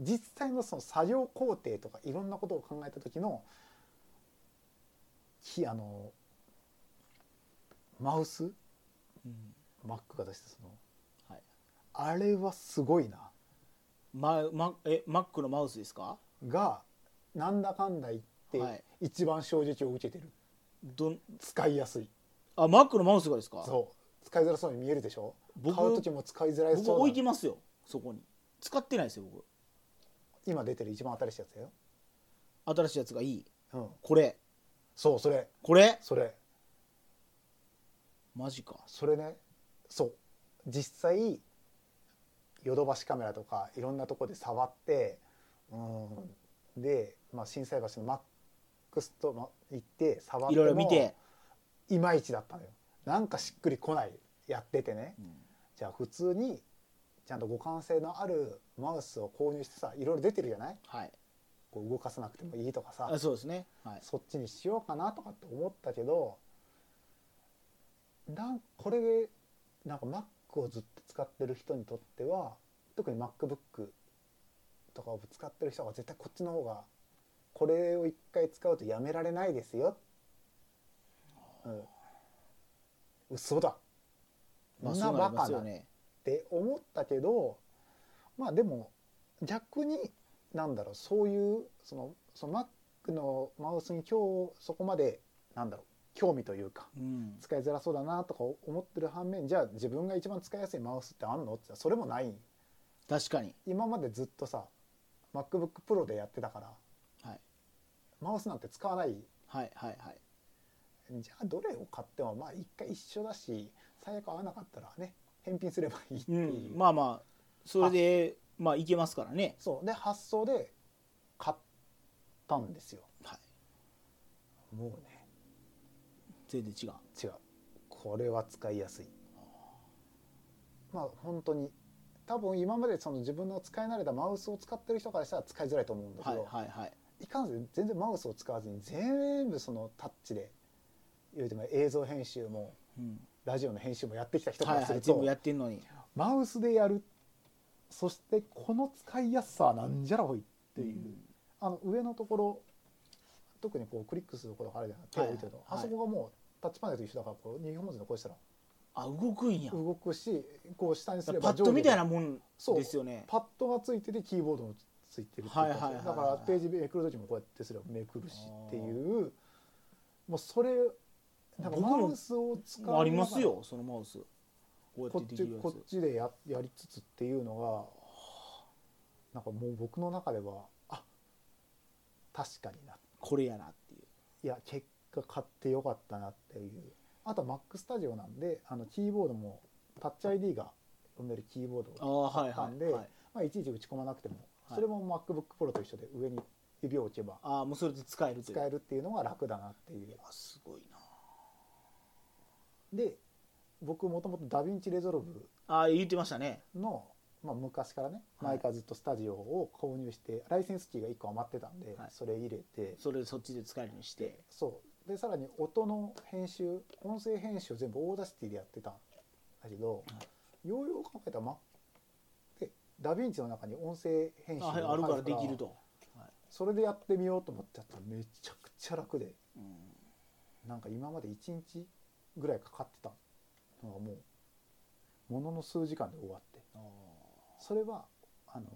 [SPEAKER 2] 実際のその作業工程とかいろんなことを考えた時のきあのマウス
[SPEAKER 1] うん
[SPEAKER 2] マックが出したその
[SPEAKER 1] はい
[SPEAKER 2] あれはすごいな
[SPEAKER 1] ままえ Mac のマウスですか
[SPEAKER 2] がなんだかんだ言って、
[SPEAKER 1] はい
[SPEAKER 2] 一番正直を受けてる
[SPEAKER 1] どん
[SPEAKER 2] 使いやすい
[SPEAKER 1] あ Mac のマウスがですか
[SPEAKER 2] そ使いづらそうに見えるでしょ買
[SPEAKER 1] 僕
[SPEAKER 2] う時も使いづらい
[SPEAKER 1] 僕
[SPEAKER 2] そう
[SPEAKER 1] 置い
[SPEAKER 2] な
[SPEAKER 1] てますよそこに使ってないですよ僕
[SPEAKER 2] 今出てる一番新しいやつだよ、
[SPEAKER 1] 新しいやつがいい
[SPEAKER 2] うん、
[SPEAKER 1] これ
[SPEAKER 2] そうそれ
[SPEAKER 1] これ
[SPEAKER 2] それ
[SPEAKER 1] マジか
[SPEAKER 2] それねそう実際ヨドバシカメラとかいろんなとこで触ってうんで、まあ、震災橋のマックスとま行って触って
[SPEAKER 1] い
[SPEAKER 2] も
[SPEAKER 1] ろいろ見て、
[SPEAKER 2] いまいちだったのよなんかしっくりこないやっててねじゃあ普通にちゃんと互換性のあるマウスを購入してさいろいろ出てるじゃない
[SPEAKER 1] はい
[SPEAKER 2] こう動かさなくてもいいとかさ
[SPEAKER 1] あそうですねはい
[SPEAKER 2] そっちにしようかなとかって思ったけどなんこれなんか Mac をずっと使ってる人にとっては特に MacBook とかを使ってる人は絶対こっちの方がこれを一回使うとやめられないですよ。うん、嘘だ
[SPEAKER 1] まあ
[SPEAKER 2] そ
[SPEAKER 1] そ
[SPEAKER 2] ん
[SPEAKER 1] う
[SPEAKER 2] な
[SPEAKER 1] な
[SPEAKER 2] バ
[SPEAKER 1] りま
[SPEAKER 2] カな
[SPEAKER 1] すよね
[SPEAKER 2] って思ったけどまあでも逆になんだろうそういうそのその Mac のマウスに今日そこまでなんだろう興味というか
[SPEAKER 1] うん
[SPEAKER 2] 使いづらそうだなとか思ってる反面じゃあ自分が一番使いやすいマウスってあんのって言ったらそれもない
[SPEAKER 1] 確かに
[SPEAKER 2] 今までずっとさ MacBookPro でやってたから
[SPEAKER 1] はい
[SPEAKER 2] マウスなんて使わない
[SPEAKER 1] はいはいはい
[SPEAKER 2] じゃあどれを買ってもまあ一回一緒だし最悪合わなかったらね返品すればいいって
[SPEAKER 1] う
[SPEAKER 2] いう。
[SPEAKER 1] んまあまあそれでまあいけますからね
[SPEAKER 2] そうで発想で買ったんですよ
[SPEAKER 1] はい
[SPEAKER 2] もうね
[SPEAKER 1] 全然違う
[SPEAKER 2] 違うこれは使いやすいまあ本当に多分今までその自分の使い慣れたマウスを使ってる人からしたら使いづらいと思うんだけ
[SPEAKER 1] はい
[SPEAKER 2] ど、
[SPEAKER 1] はいはい
[SPEAKER 2] い、かんせん全然マウスを使わずに全部そのタッチで言うても映像編集も
[SPEAKER 1] うん
[SPEAKER 2] ラジオの編集もやってきた人か
[SPEAKER 1] はい
[SPEAKER 2] らす
[SPEAKER 1] はい
[SPEAKER 2] ると、
[SPEAKER 1] 全部やってんのに
[SPEAKER 2] マウスでやるそしてこの使いやすさはなんじゃらほいっていう、
[SPEAKER 1] うん
[SPEAKER 2] あの上のところ特にこうクリックするところがあるじゃない手を置いてると、
[SPEAKER 1] はいはい
[SPEAKER 2] あそこがもうタッチパネルと一緒だからこう日本文字のこうしたら
[SPEAKER 1] あ動くんや
[SPEAKER 2] 動くしこう下にす
[SPEAKER 1] だ
[SPEAKER 2] れ
[SPEAKER 1] から
[SPEAKER 2] ば
[SPEAKER 1] パッドみたい
[SPEAKER 2] 上
[SPEAKER 1] なもん
[SPEAKER 2] そう
[SPEAKER 1] ですよね
[SPEAKER 2] 下パッドがついててキーボードもついてるっていう
[SPEAKER 1] はいはいはいはい
[SPEAKER 2] だからページめくる時もこうやってすればめくるしっていうもうそれなんか
[SPEAKER 1] 僕も
[SPEAKER 2] マウスを使いながら
[SPEAKER 1] ありますよそのマウスこうや
[SPEAKER 2] こ
[SPEAKER 1] っ
[SPEAKER 2] って
[SPEAKER 1] でき
[SPEAKER 2] ち
[SPEAKER 1] るや
[SPEAKER 2] こっちでややりつつっていうのがなんかもう僕の中ではあ確かにな
[SPEAKER 1] つこれやなっていう
[SPEAKER 2] いや結果買ってよかったなっていうあと MacStudio なんであのキーボードもタッチ ID が読めるキーボード
[SPEAKER 1] ああはい
[SPEAKER 2] 買った
[SPEAKER 1] は
[SPEAKER 2] ん
[SPEAKER 1] い
[SPEAKER 2] で
[SPEAKER 1] はい
[SPEAKER 2] まあ、いちいち打ち込まなくても、
[SPEAKER 1] はい
[SPEAKER 2] それも MacBookPro と一緒で上に指を置けば
[SPEAKER 1] ああもうそれで使えるという
[SPEAKER 2] 使えるっていうのが楽だなっていう
[SPEAKER 1] あすごいな
[SPEAKER 2] で僕もともとダヴィンチレゾルブ
[SPEAKER 1] ああ言ってましたね
[SPEAKER 2] の、まあ、昔からね
[SPEAKER 1] はい
[SPEAKER 2] 前からずっとスタジオを購入してライセンスキーが1個余ってたんで、
[SPEAKER 1] はい
[SPEAKER 2] それ入れて
[SPEAKER 1] それそっちで使えるようにして
[SPEAKER 2] そうでさらに音の編集音声編集を全部オーダーシティでやってたんだけど、
[SPEAKER 1] は
[SPEAKER 2] ようよう考えたら、ま、でダヴィンチの中に音声編集
[SPEAKER 1] あ
[SPEAKER 2] が
[SPEAKER 1] はいあるからできると
[SPEAKER 2] それでやってみようと思っちゃったらめちゃくちゃ楽で
[SPEAKER 1] うん
[SPEAKER 2] なんか今まで1日ぐらいかかってたのがもうものの数時間で終わって
[SPEAKER 1] あ
[SPEAKER 2] それはあの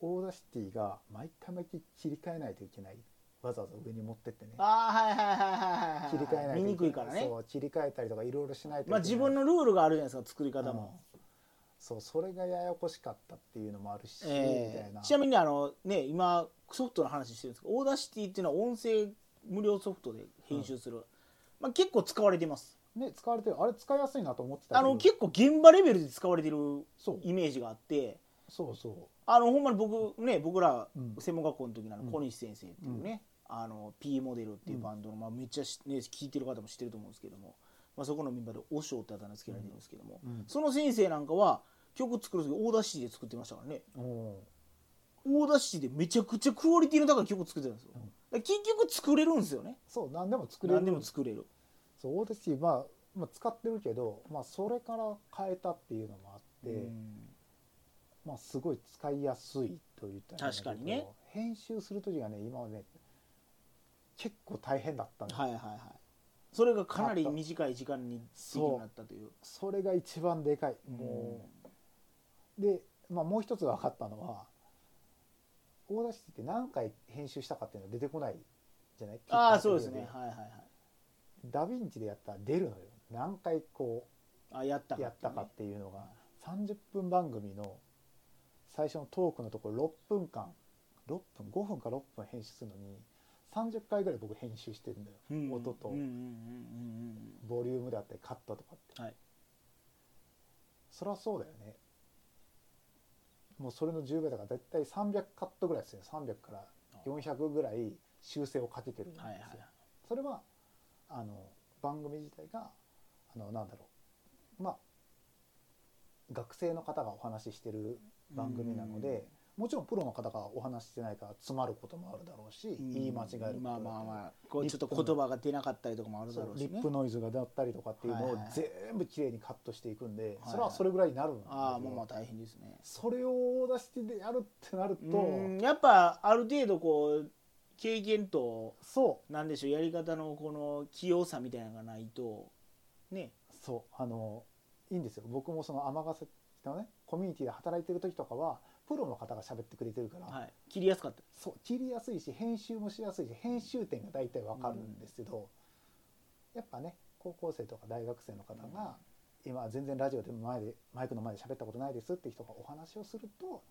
[SPEAKER 2] オーダーシティが毎回毎回切り替えないといけないわざわざ上に持ってってね
[SPEAKER 1] ああはいはいはいはいはい
[SPEAKER 2] 切り替えないと
[SPEAKER 1] 見
[SPEAKER 2] い
[SPEAKER 1] に
[SPEAKER 2] け
[SPEAKER 1] く
[SPEAKER 2] ない
[SPEAKER 1] いからね
[SPEAKER 2] そう切り替えたりとかいろいろしないといけな
[SPEAKER 1] ま
[SPEAKER 2] い
[SPEAKER 1] あ自分のルールがあるじゃないですか作り方も、
[SPEAKER 2] うんそうそれがややこしかったっていうのもあるし、みた
[SPEAKER 1] え
[SPEAKER 2] い
[SPEAKER 1] ー
[SPEAKER 2] な
[SPEAKER 1] ちなみにあのね今ソフトの話してるんですけどオーダーシティっていうのは音声無料ソフトで編集する、まあ、結構使われてます
[SPEAKER 2] ね使われてるあれ使いやすいなと思ってた
[SPEAKER 1] あ
[SPEAKER 2] けど
[SPEAKER 1] の結構現場レベルで使われてる
[SPEAKER 2] そう
[SPEAKER 1] イメージがあって
[SPEAKER 2] そうそ
[SPEAKER 1] あのほんまに僕ね僕ら
[SPEAKER 2] うん
[SPEAKER 1] 専門学校の時のあの
[SPEAKER 2] うん
[SPEAKER 1] 小西先生っていうね、あの P モデルっていうバンドの、まあ、めっちゃし、ね、聞いてる方も知ってると思うんですけども、まあ、そこのメンバーで「おしょう」ってあだ名つけられてるんですけども、
[SPEAKER 2] うん
[SPEAKER 1] その先生なんかは曲作る時オーダーシティで作ってましたからね。
[SPEAKER 2] ううん
[SPEAKER 1] オーダーシティでめちゃくちゃクオリティの高い曲作ってたんですよ、
[SPEAKER 2] うん
[SPEAKER 1] だから結局作れるんですよね
[SPEAKER 2] そう何でも作れる
[SPEAKER 1] 何でも作れる
[SPEAKER 2] そうオーダーシティ、まあ、まあ使ってるけど、まあ、それから変えたっていうのもあって、
[SPEAKER 1] うん
[SPEAKER 2] まあ、すごい使いやすいと言ったらいいんだけど
[SPEAKER 1] 確かにね
[SPEAKER 2] 編集する時がね今はね結構大変だったの、
[SPEAKER 1] はいはいはいそれがかなり短い時間にできるようになったという
[SPEAKER 2] それが一番でかいもう、で、まあ、もう一つ分かったのはオーダーシティって何回編集したかっていうのが出てこないじゃない
[SPEAKER 1] ああそうですね
[SPEAKER 2] 結果的
[SPEAKER 1] はいはいはい
[SPEAKER 2] にダヴィンチでやったら出るのよ何回こう
[SPEAKER 1] あやったか
[SPEAKER 2] やったかっていうのが30分番組の最初のトークのところ6分間6分5分か6分編集するのに30回ぐらい僕編集してるんだよ、
[SPEAKER 1] うん
[SPEAKER 2] 音と
[SPEAKER 1] うんうんうんうん
[SPEAKER 2] ボリュームだったりカットとかって
[SPEAKER 1] うんはい
[SPEAKER 2] そりゃそうだよねもうそれの10倍だから絶対300カットぐらいですよ300から400ぐらい修正をかけてるんですよ、
[SPEAKER 1] はいはいはい
[SPEAKER 2] それはあの番組自体があのなんだろうまあ学生の方がお話ししてる番組なので、もちろんプロの方がお話ししてないから詰まることもあるだろうし、
[SPEAKER 1] うん
[SPEAKER 2] 言い間違えることだったり
[SPEAKER 1] まあまあまあこうちょっと言葉が出なかったりとかもあるだ
[SPEAKER 2] そ
[SPEAKER 1] ろ
[SPEAKER 2] う
[SPEAKER 1] う
[SPEAKER 2] リ
[SPEAKER 1] しね
[SPEAKER 2] ップノイズがだったりとかっていうの
[SPEAKER 1] はい
[SPEAKER 2] を
[SPEAKER 1] はいはい
[SPEAKER 2] 全部きれいにカットしていくんで、
[SPEAKER 1] はい
[SPEAKER 2] それはそれぐらいになるんだけど
[SPEAKER 1] ああもうまあ大変ですね
[SPEAKER 2] それを出してでやるってなると、
[SPEAKER 1] うんやっぱある程度こう経験と
[SPEAKER 2] そう
[SPEAKER 1] なんでしょうやり方のこの器用さみたいなのがないとね
[SPEAKER 2] そうあのいいんですよ僕もその尼崎のねコミュニティで働いてる時とかはプロの方が喋ってくれてるから、
[SPEAKER 1] はい切りやすかった
[SPEAKER 2] そう切りやすいし編集もしやすいし編集点が大体わかるんですけど、やっぱね高校生とか大学生の方が、今全然ラジオでも前でマイクの前で喋ったことないですって人がお話をすると、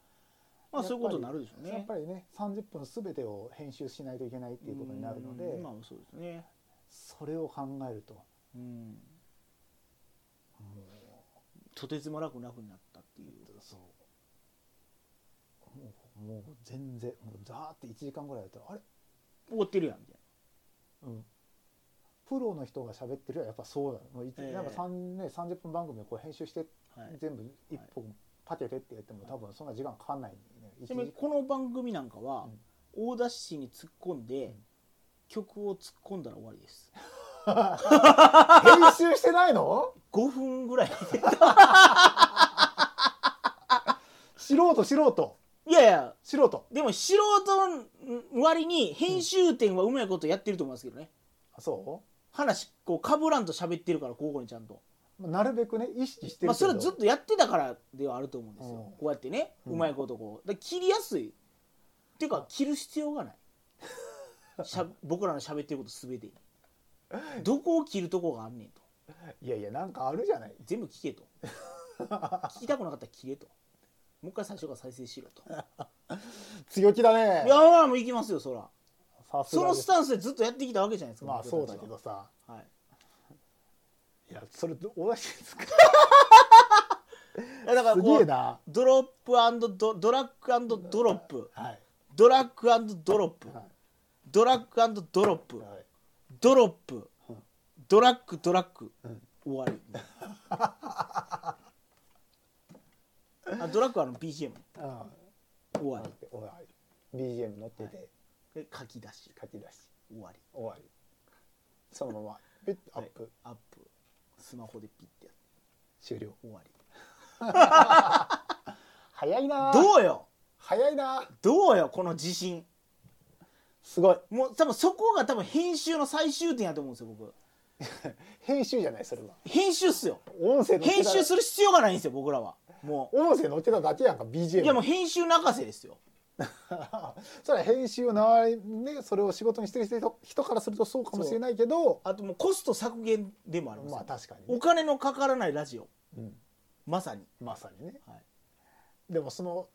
[SPEAKER 1] まあ
[SPEAKER 2] やっぱり
[SPEAKER 1] そういうことになるでしょうね
[SPEAKER 2] やっぱりね30分全てを編集しないといけないっていうことになるので、
[SPEAKER 1] うんまあそうですね
[SPEAKER 2] それを考えると
[SPEAKER 1] うん
[SPEAKER 2] もう
[SPEAKER 1] とてつもなく楽になったっていう
[SPEAKER 2] そうもうもう全然もうザーって1時間ぐらいやったらあれ、
[SPEAKER 1] 怒ってるやんみたい
[SPEAKER 2] うん、プロの人が喋ってるよりはやっぱそうだもういつ、
[SPEAKER 1] ええ
[SPEAKER 2] なんか、三ね、30分番組をこう編集して、
[SPEAKER 1] な、はい、
[SPEAKER 2] 全部一本パテてってやっても
[SPEAKER 1] はい
[SPEAKER 2] 多分そんな時間かかんない、ね、
[SPEAKER 1] ちなみに
[SPEAKER 2] 1
[SPEAKER 1] この番組なんかは、
[SPEAKER 2] うん
[SPEAKER 1] 大田市に突っ込んで、
[SPEAKER 2] うん
[SPEAKER 1] 曲を突っ込んだら終わりです
[SPEAKER 2] 時間編集してないの
[SPEAKER 1] 5分ぐらい
[SPEAKER 2] 素人素人
[SPEAKER 1] いやいや
[SPEAKER 2] 素人
[SPEAKER 1] でも素人の割に編集点はうまいことやってると思いますけどね、
[SPEAKER 2] あそ
[SPEAKER 1] 話こうかぶらんと喋ってるから交互にちゃんと、
[SPEAKER 2] うまあなるべくね意識して
[SPEAKER 1] ま
[SPEAKER 2] るけど、
[SPEAKER 1] あ、それはずっとやってたからではあると思うんですよ、
[SPEAKER 2] うん
[SPEAKER 1] こうやってね
[SPEAKER 2] うん
[SPEAKER 1] うまいことこうだから切りやすいっていうか切る必要が ないしゃ僕らの喋ってること全てどこを切るとこがあんねんと
[SPEAKER 2] いやいやなんかあるじゃない
[SPEAKER 1] 全部聞け と聞きたくなかったら切れともう一回最初から再生しろとい
[SPEAKER 2] 強気だね
[SPEAKER 1] やまあもう行きますよそら
[SPEAKER 2] さす
[SPEAKER 1] そ
[SPEAKER 2] がで
[SPEAKER 1] の
[SPEAKER 2] す
[SPEAKER 1] スタンスでずっとやってきたわけじゃないですか
[SPEAKER 2] まあそう
[SPEAKER 1] 僕たち
[SPEAKER 2] だ
[SPEAKER 1] は
[SPEAKER 2] けどさ
[SPEAKER 1] はい
[SPEAKER 2] いやそれど同じですか
[SPEAKER 1] いやだから
[SPEAKER 2] す
[SPEAKER 1] こ
[SPEAKER 2] げえ
[SPEAKER 1] う
[SPEAKER 2] な
[SPEAKER 1] ドロップアンドドドラッグアンドドロップ
[SPEAKER 2] はい
[SPEAKER 1] ドラッグアンドドロップ
[SPEAKER 2] はい
[SPEAKER 1] ドラッグアンドドロップ
[SPEAKER 2] はい
[SPEAKER 1] ドロップ
[SPEAKER 2] うん
[SPEAKER 1] ドラッグドラッグ
[SPEAKER 2] うん
[SPEAKER 1] 終 わりあドラッグはあの BGM
[SPEAKER 2] あ
[SPEAKER 1] 終
[SPEAKER 2] あ
[SPEAKER 1] わ
[SPEAKER 2] 終わり BGM 乗ってて
[SPEAKER 1] りで書き出し
[SPEAKER 2] 書き出し
[SPEAKER 1] 終わり
[SPEAKER 2] 終わりそのままピッとアップ、
[SPEAKER 1] はいアップスマホでピッてやって
[SPEAKER 2] 終了
[SPEAKER 1] 終わり
[SPEAKER 2] 早い なう
[SPEAKER 1] どうよ
[SPEAKER 2] 早いな
[SPEAKER 1] どうよこの自信
[SPEAKER 2] すごい
[SPEAKER 1] もう多分そこが多分編集の最終点やと思うんですよ僕
[SPEAKER 2] 編集じゃないそれは
[SPEAKER 1] 編集っすよ
[SPEAKER 2] 音声乗ってた
[SPEAKER 1] 編集する必要がないんですよ僕らはも
[SPEAKER 2] 音声乗ってただけやんか BGM
[SPEAKER 1] ういやもう編集泣かせですよ
[SPEAKER 2] それは編集をなりねそれを仕事にしてる人人からするとそうかもしれないけど
[SPEAKER 1] あともうコスト削減でもありますよ
[SPEAKER 2] まあ確かに、
[SPEAKER 1] お
[SPEAKER 2] ね
[SPEAKER 1] 金のかからないラジオ
[SPEAKER 2] うん、
[SPEAKER 1] まさに
[SPEAKER 2] まさにね
[SPEAKER 1] はい
[SPEAKER 2] でもその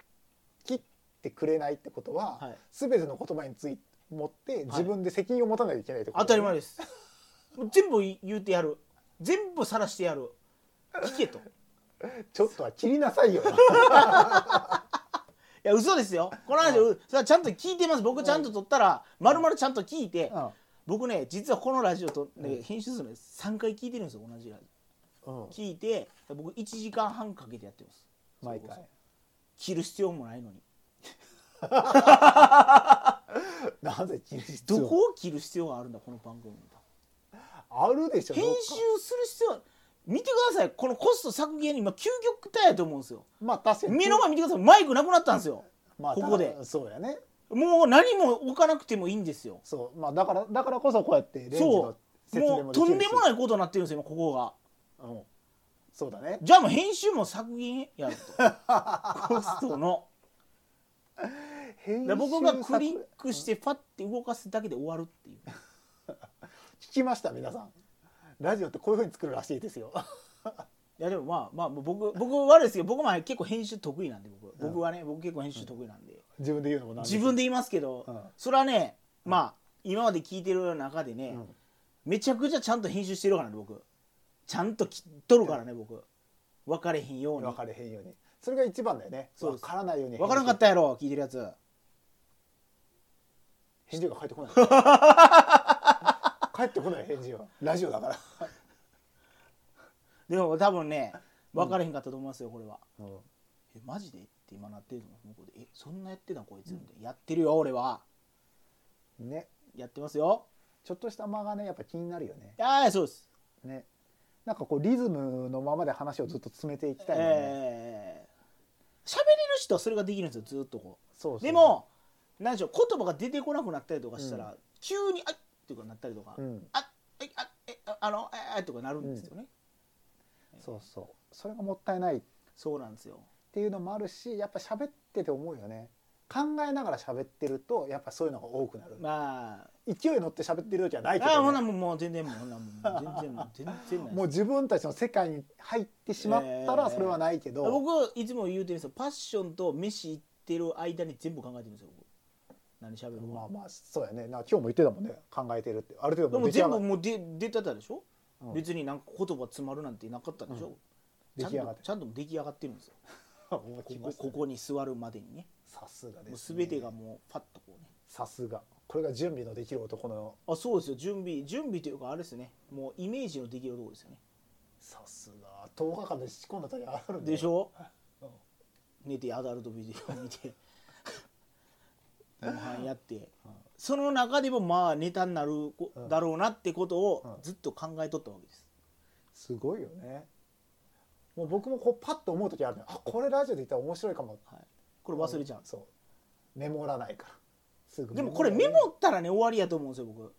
[SPEAKER 2] 切ってくれないってことは、
[SPEAKER 1] はい
[SPEAKER 2] 全ての言葉につい持って自分で責任を持たないといけないってこと
[SPEAKER 1] 当たり前ですもう全部言うてやる全部晒してやる聞けとい
[SPEAKER 2] ちょっとは切りなさいよ
[SPEAKER 1] や嘘ですよこの話、うそれはちゃんと聞いてます僕ちゃんと撮ったらまるまるちゃんと聞いて、 僕ね実はこのラジオと、ね編集するの3回聞いてるんですよ同じラジ
[SPEAKER 2] うん、うん
[SPEAKER 1] オ聞いて僕1時間半かけてやってます
[SPEAKER 2] 毎
[SPEAKER 1] それ
[SPEAKER 2] 回
[SPEAKER 1] こそ切る必要もないのに
[SPEAKER 2] なぜ切る必要
[SPEAKER 1] どこを切る必要があるんだこの番組に
[SPEAKER 2] あるでしょ
[SPEAKER 1] 編集する必要見てくださいこのコスト削減に今究極体やと思うんですよ
[SPEAKER 2] まあ確かに
[SPEAKER 1] 目の前見てくださいマイクなくなったんですよ
[SPEAKER 2] まあ
[SPEAKER 1] ここで
[SPEAKER 2] ただそうやね
[SPEAKER 1] もう何も置かなくてもいいんですよ
[SPEAKER 2] そうまあだからだからこそこうやってレンジの
[SPEAKER 1] そう
[SPEAKER 2] 説明
[SPEAKER 1] も
[SPEAKER 2] も
[SPEAKER 1] う
[SPEAKER 2] で
[SPEAKER 1] と
[SPEAKER 2] きるし
[SPEAKER 1] んでもないことになってるんですよ今ここが
[SPEAKER 2] い、うん、そうだね
[SPEAKER 1] じゃあもう編集も削減や るとコストの
[SPEAKER 2] 編
[SPEAKER 1] で僕がクリッ
[SPEAKER 2] 作
[SPEAKER 1] クしてパッて動かすだけで終わるっていう
[SPEAKER 2] 聞きました皆さんラジオってこういうふうに作るらしいですよ
[SPEAKER 1] いやでもまあまあ 僕僕悪いですけど僕も結構編集得意なんで僕僕はね僕結構編集得意なんで、
[SPEAKER 2] 自分で言うのもなんです
[SPEAKER 1] 自
[SPEAKER 2] けど
[SPEAKER 1] 分で言いますけど、
[SPEAKER 2] うん
[SPEAKER 1] それはねまあ今まで聞いてる中でね、
[SPEAKER 2] うん
[SPEAKER 1] めちゃくちゃちゃんと編集してるからね僕ちゃんと切っとるからね僕分かれへんように
[SPEAKER 2] 分かれへんようにそれが一番だよね
[SPEAKER 1] そうで
[SPEAKER 2] 分
[SPEAKER 1] す
[SPEAKER 2] からないように
[SPEAKER 1] 分からんかったやろ聞いてるやつ
[SPEAKER 2] 返事が返ってこ ない返ってこない返事はラジオだから、
[SPEAKER 1] でも多分ね分からへんかったと思いますよこれは、
[SPEAKER 2] うん
[SPEAKER 1] えマジでって今なってるの向こうでえそんなやってたんこいつ、みたいなやってるよ俺は
[SPEAKER 2] ね
[SPEAKER 1] やってますよ
[SPEAKER 2] ちょっとした間がねやっぱ気になるよね
[SPEAKER 1] ああそうです
[SPEAKER 2] ねなんかこうリズムのままで話をずっと詰めていきたいよね、
[SPEAKER 1] えー喋れる人はそれができるんですよずっとこう
[SPEAKER 2] そうそう
[SPEAKER 1] でも何でしょう言葉が出てこなくなったりとかしたら、急に「あっ」っていうかなったりとか「
[SPEAKER 2] うん
[SPEAKER 1] あっえあっえああのえー」とかなるんですよね、
[SPEAKER 2] そうそうそれがもったいないっ
[SPEAKER 1] そうなんですよ
[SPEAKER 2] ていうのもあるしやっぱ喋ってて思うよね考えながら喋ってるとやっぱそういうのが多くなる、
[SPEAKER 1] まあ
[SPEAKER 2] 勢いに乗って喋ってる時はないけ
[SPEAKER 1] あーほ
[SPEAKER 2] ど、
[SPEAKER 1] な
[SPEAKER 2] ね、
[SPEAKER 1] もうもう全然もうほなもう全然もう全然ない
[SPEAKER 2] もう自分たちの世界に入ってしまったらそれはないけど、
[SPEAKER 1] 僕いつも言うてるんですよパッションと飯行ってる間に全部考えてるんですよ僕何喋るか、
[SPEAKER 2] まあまあそうやねなんか今日も言ってたもんね考えてるってある程
[SPEAKER 1] で
[SPEAKER 2] 度も
[SPEAKER 1] も
[SPEAKER 2] う出来
[SPEAKER 1] 全
[SPEAKER 2] 上が
[SPEAKER 1] 部
[SPEAKER 2] っ
[SPEAKER 1] もう出出てたでしょ、
[SPEAKER 2] うん
[SPEAKER 1] 別になんか言葉詰まるなんてなかったでしょ、
[SPEAKER 2] 出
[SPEAKER 1] ちゃ
[SPEAKER 2] 来
[SPEAKER 1] ん
[SPEAKER 2] 上がっ
[SPEAKER 1] と
[SPEAKER 2] て
[SPEAKER 1] ちゃんと出来上がってるんですよ
[SPEAKER 2] こ
[SPEAKER 1] ここここに座るまでにね
[SPEAKER 2] さすが
[SPEAKER 1] も
[SPEAKER 2] で
[SPEAKER 1] う
[SPEAKER 2] す、
[SPEAKER 1] 全てがもうパッとこうね
[SPEAKER 2] さすがこれが準備のできる男の
[SPEAKER 1] あそうですよ準備準備というかあれですねもうイメージのできるところですよね
[SPEAKER 2] さすが10日間で仕込んだ時あるんだ
[SPEAKER 1] で
[SPEAKER 2] よ
[SPEAKER 1] しょ
[SPEAKER 2] うん
[SPEAKER 1] 寝てアダルトビデオ見 てモンハンやってその中でもまあネタになるこ
[SPEAKER 2] うん
[SPEAKER 1] だろうなってことを
[SPEAKER 2] うん
[SPEAKER 1] ずっと考えとったわけです
[SPEAKER 2] すごいよねもう僕もこうパッと思う時あるのよあこれラジオで言ったら面白いかも
[SPEAKER 1] はいこれ忘れちゃうんです
[SPEAKER 2] そうメモらないからすぐ
[SPEAKER 1] でもこれメ
[SPEAKER 2] らない
[SPEAKER 1] モったらね終わりやと思うんですよ僕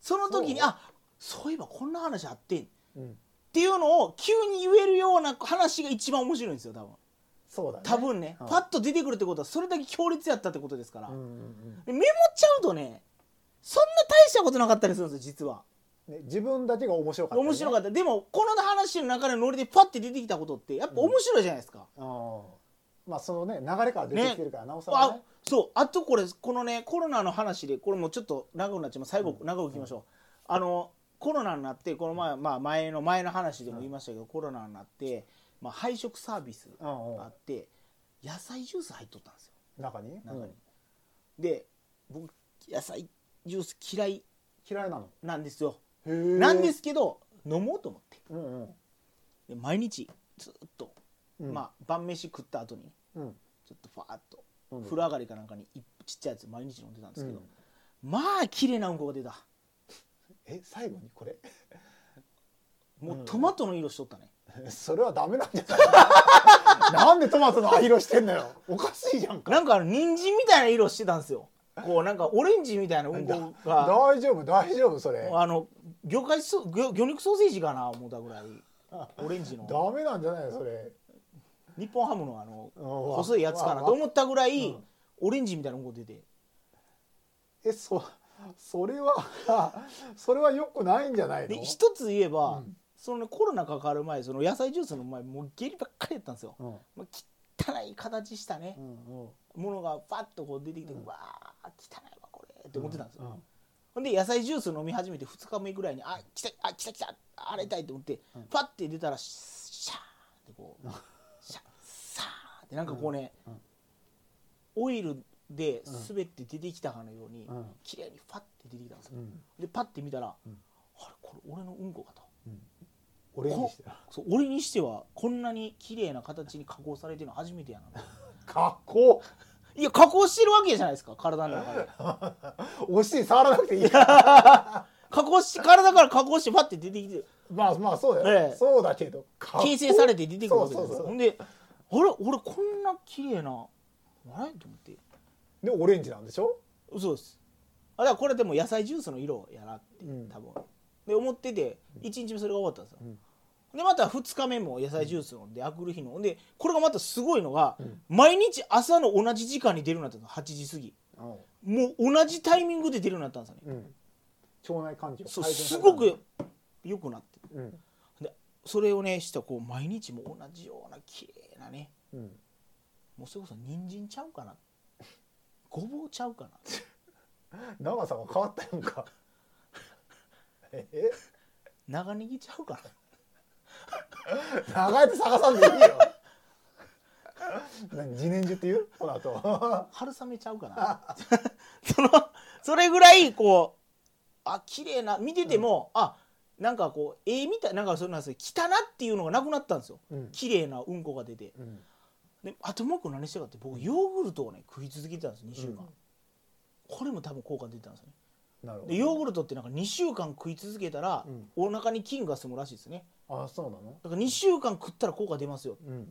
[SPEAKER 1] その時に
[SPEAKER 2] そう
[SPEAKER 1] あそういえばこんな話あってんっ
[SPEAKER 2] うん
[SPEAKER 1] ていうのを急に言えるような話が一番面白いんですよ多分
[SPEAKER 2] そうだね
[SPEAKER 1] 多分ね、
[SPEAKER 2] うん
[SPEAKER 1] パッと出てくるってことはそれだけ強烈やったってことですから、
[SPEAKER 2] うんうん
[SPEAKER 1] でメモっちゃうとねそんな大したことなかったりするんですよ実は
[SPEAKER 2] うんね自分だけが面白かった、
[SPEAKER 1] 面白か
[SPEAKER 2] っ
[SPEAKER 1] ったでもこの話の中でノリでパッて出てきたことってやっぱ面白いじゃないですか、
[SPEAKER 2] たうんまあそのね流れから出てきてるから、なおさら
[SPEAKER 1] あ
[SPEAKER 2] ね
[SPEAKER 1] そうあとこれこのねコロナの話でこれもうちょっと長くなっちゃいます最後長くいきましょう、あのコロナになってこの前、まあ、前の前の話でも言いましたけど、コロナになって、まあ、配食サービス
[SPEAKER 2] う
[SPEAKER 1] が
[SPEAKER 2] んうん
[SPEAKER 1] あって野菜ジュース入っとったんですよ
[SPEAKER 2] 中に
[SPEAKER 1] 中に、
[SPEAKER 2] うん
[SPEAKER 1] で僕野菜ジュース嫌い
[SPEAKER 2] 嫌いなの
[SPEAKER 1] なんですよ
[SPEAKER 2] へえ
[SPEAKER 1] なんですけど飲もうと思って
[SPEAKER 2] うんうん
[SPEAKER 1] で毎日ずっと、
[SPEAKER 2] うん
[SPEAKER 1] まあ晩飯食った後にね
[SPEAKER 2] うん
[SPEAKER 1] ちょっとファーっと、
[SPEAKER 2] うん
[SPEAKER 1] 風呂上がりかなんかに一ちっちゃいやつ毎日飲んでたんですけど、
[SPEAKER 2] うん
[SPEAKER 1] まあ綺麗なうんこが出た
[SPEAKER 2] え最後にこれ
[SPEAKER 1] もううんトマトの色しとったね、
[SPEAKER 2] それはダメなんじゃない なんでトマトの色してんのよおかしいじゃんか
[SPEAKER 1] なんかあの人参みたいな色してたんですよこうなんかオレンジみたいなうん
[SPEAKER 2] だ
[SPEAKER 1] こが
[SPEAKER 2] 大丈夫大丈夫それ
[SPEAKER 1] あの魚介ソ魚魚肉ソーセージかな思ったぐらいオレンジの
[SPEAKER 2] ダメなんじゃないのそれ
[SPEAKER 1] 日本ハムのあの
[SPEAKER 2] うん
[SPEAKER 1] 細いやつかな
[SPEAKER 2] わ
[SPEAKER 1] と思ったぐらい
[SPEAKER 2] うん
[SPEAKER 1] オレンジみたいなのが出て
[SPEAKER 2] えそそれは それはよくないんじゃない
[SPEAKER 1] で
[SPEAKER 2] の
[SPEAKER 1] 一つ言えば、
[SPEAKER 2] うん
[SPEAKER 1] そのねコロナかかる前その野菜ジュースの前もう下痢ばっかりやったんですよ、
[SPEAKER 2] うん
[SPEAKER 1] まあ、汚い形したね
[SPEAKER 2] う、んうん
[SPEAKER 1] ものがパッとこう出てきて、うわー汚いわこれって思ってたんですよ、
[SPEAKER 2] う
[SPEAKER 1] ほんで野菜ジュース飲み始めて2日目ぐらいにあ来たあ来た来たあれ痛いと思って、パッて出たらシャーってこ うシャッサーってなんかこうね、
[SPEAKER 2] うんうん
[SPEAKER 1] オイルで滑って出てきたかのように、
[SPEAKER 2] うん
[SPEAKER 1] 綺麗にファッて出てきたんですよ、
[SPEAKER 2] うん
[SPEAKER 1] でパッて見たら、
[SPEAKER 2] ん
[SPEAKER 1] あれこれ俺のうんこかと。
[SPEAKER 2] オレンジ
[SPEAKER 1] こ
[SPEAKER 2] してた
[SPEAKER 1] そう俺にしてはこんなに綺麗な形に加工されてるの初めてやな
[SPEAKER 2] かっこ
[SPEAKER 1] いや加工してるわけじゃないですか体の中 で
[SPEAKER 2] お尻触らなくていいから
[SPEAKER 1] 加工し体から加工してパッて出てきて
[SPEAKER 2] まあまあそうだよ、
[SPEAKER 1] ええ
[SPEAKER 2] そうだけどかっこ
[SPEAKER 1] 形成されて出てくるわけじゃないですか
[SPEAKER 2] そうそうそう
[SPEAKER 1] ほんであれ俺こんな綺麗なあれと思って
[SPEAKER 2] でオレンジなんでしょ
[SPEAKER 1] 嘘ですあだからこれでも野菜ジュースの色やなって
[SPEAKER 2] うん
[SPEAKER 1] 多分、で思ってて1日目それが終わったんですよ、でまた2日目も野菜ジュース飲んであくる日飲んでこれがまたすごいのが、毎日朝の同じ時間に出るようになったの8時過ぎもう同じタイミングで出るようになったんですよね
[SPEAKER 2] うん腸内環境
[SPEAKER 1] そう
[SPEAKER 2] 改善さ
[SPEAKER 1] す
[SPEAKER 2] れた
[SPEAKER 1] ごく良くなって
[SPEAKER 2] うん
[SPEAKER 1] でそれをねしたこう毎日もう同じような綺麗なね
[SPEAKER 2] うん、
[SPEAKER 1] もうそれこそ人参ちゃうかなごぼうちゃうかな
[SPEAKER 2] 長さが変わったやんかえ
[SPEAKER 1] 長ネギちゃうか
[SPEAKER 2] 長いと探さんでいいよ何自然薯って言うこの後
[SPEAKER 1] な春雨ちゃうかなそのそれぐらいこうあ綺麗な見てても、あなんかこうええみたいなんかそうなんですよ汚なっていうのがなくなったんですよ
[SPEAKER 2] うん
[SPEAKER 1] 綺麗なうんこが出て
[SPEAKER 2] うん
[SPEAKER 1] であともう一個何してたかって僕ヨーグルトをね食い続けてたんです2週間、
[SPEAKER 2] うん
[SPEAKER 1] これも多分効果出てたんですよね
[SPEAKER 2] なるほど
[SPEAKER 1] でヨーグルトってなんか2週間食い続けたら、
[SPEAKER 2] うん
[SPEAKER 1] お腹に菌が住むらしいですね
[SPEAKER 2] あそうなの
[SPEAKER 1] だから2週間食ったら効果出ますよ
[SPEAKER 2] うん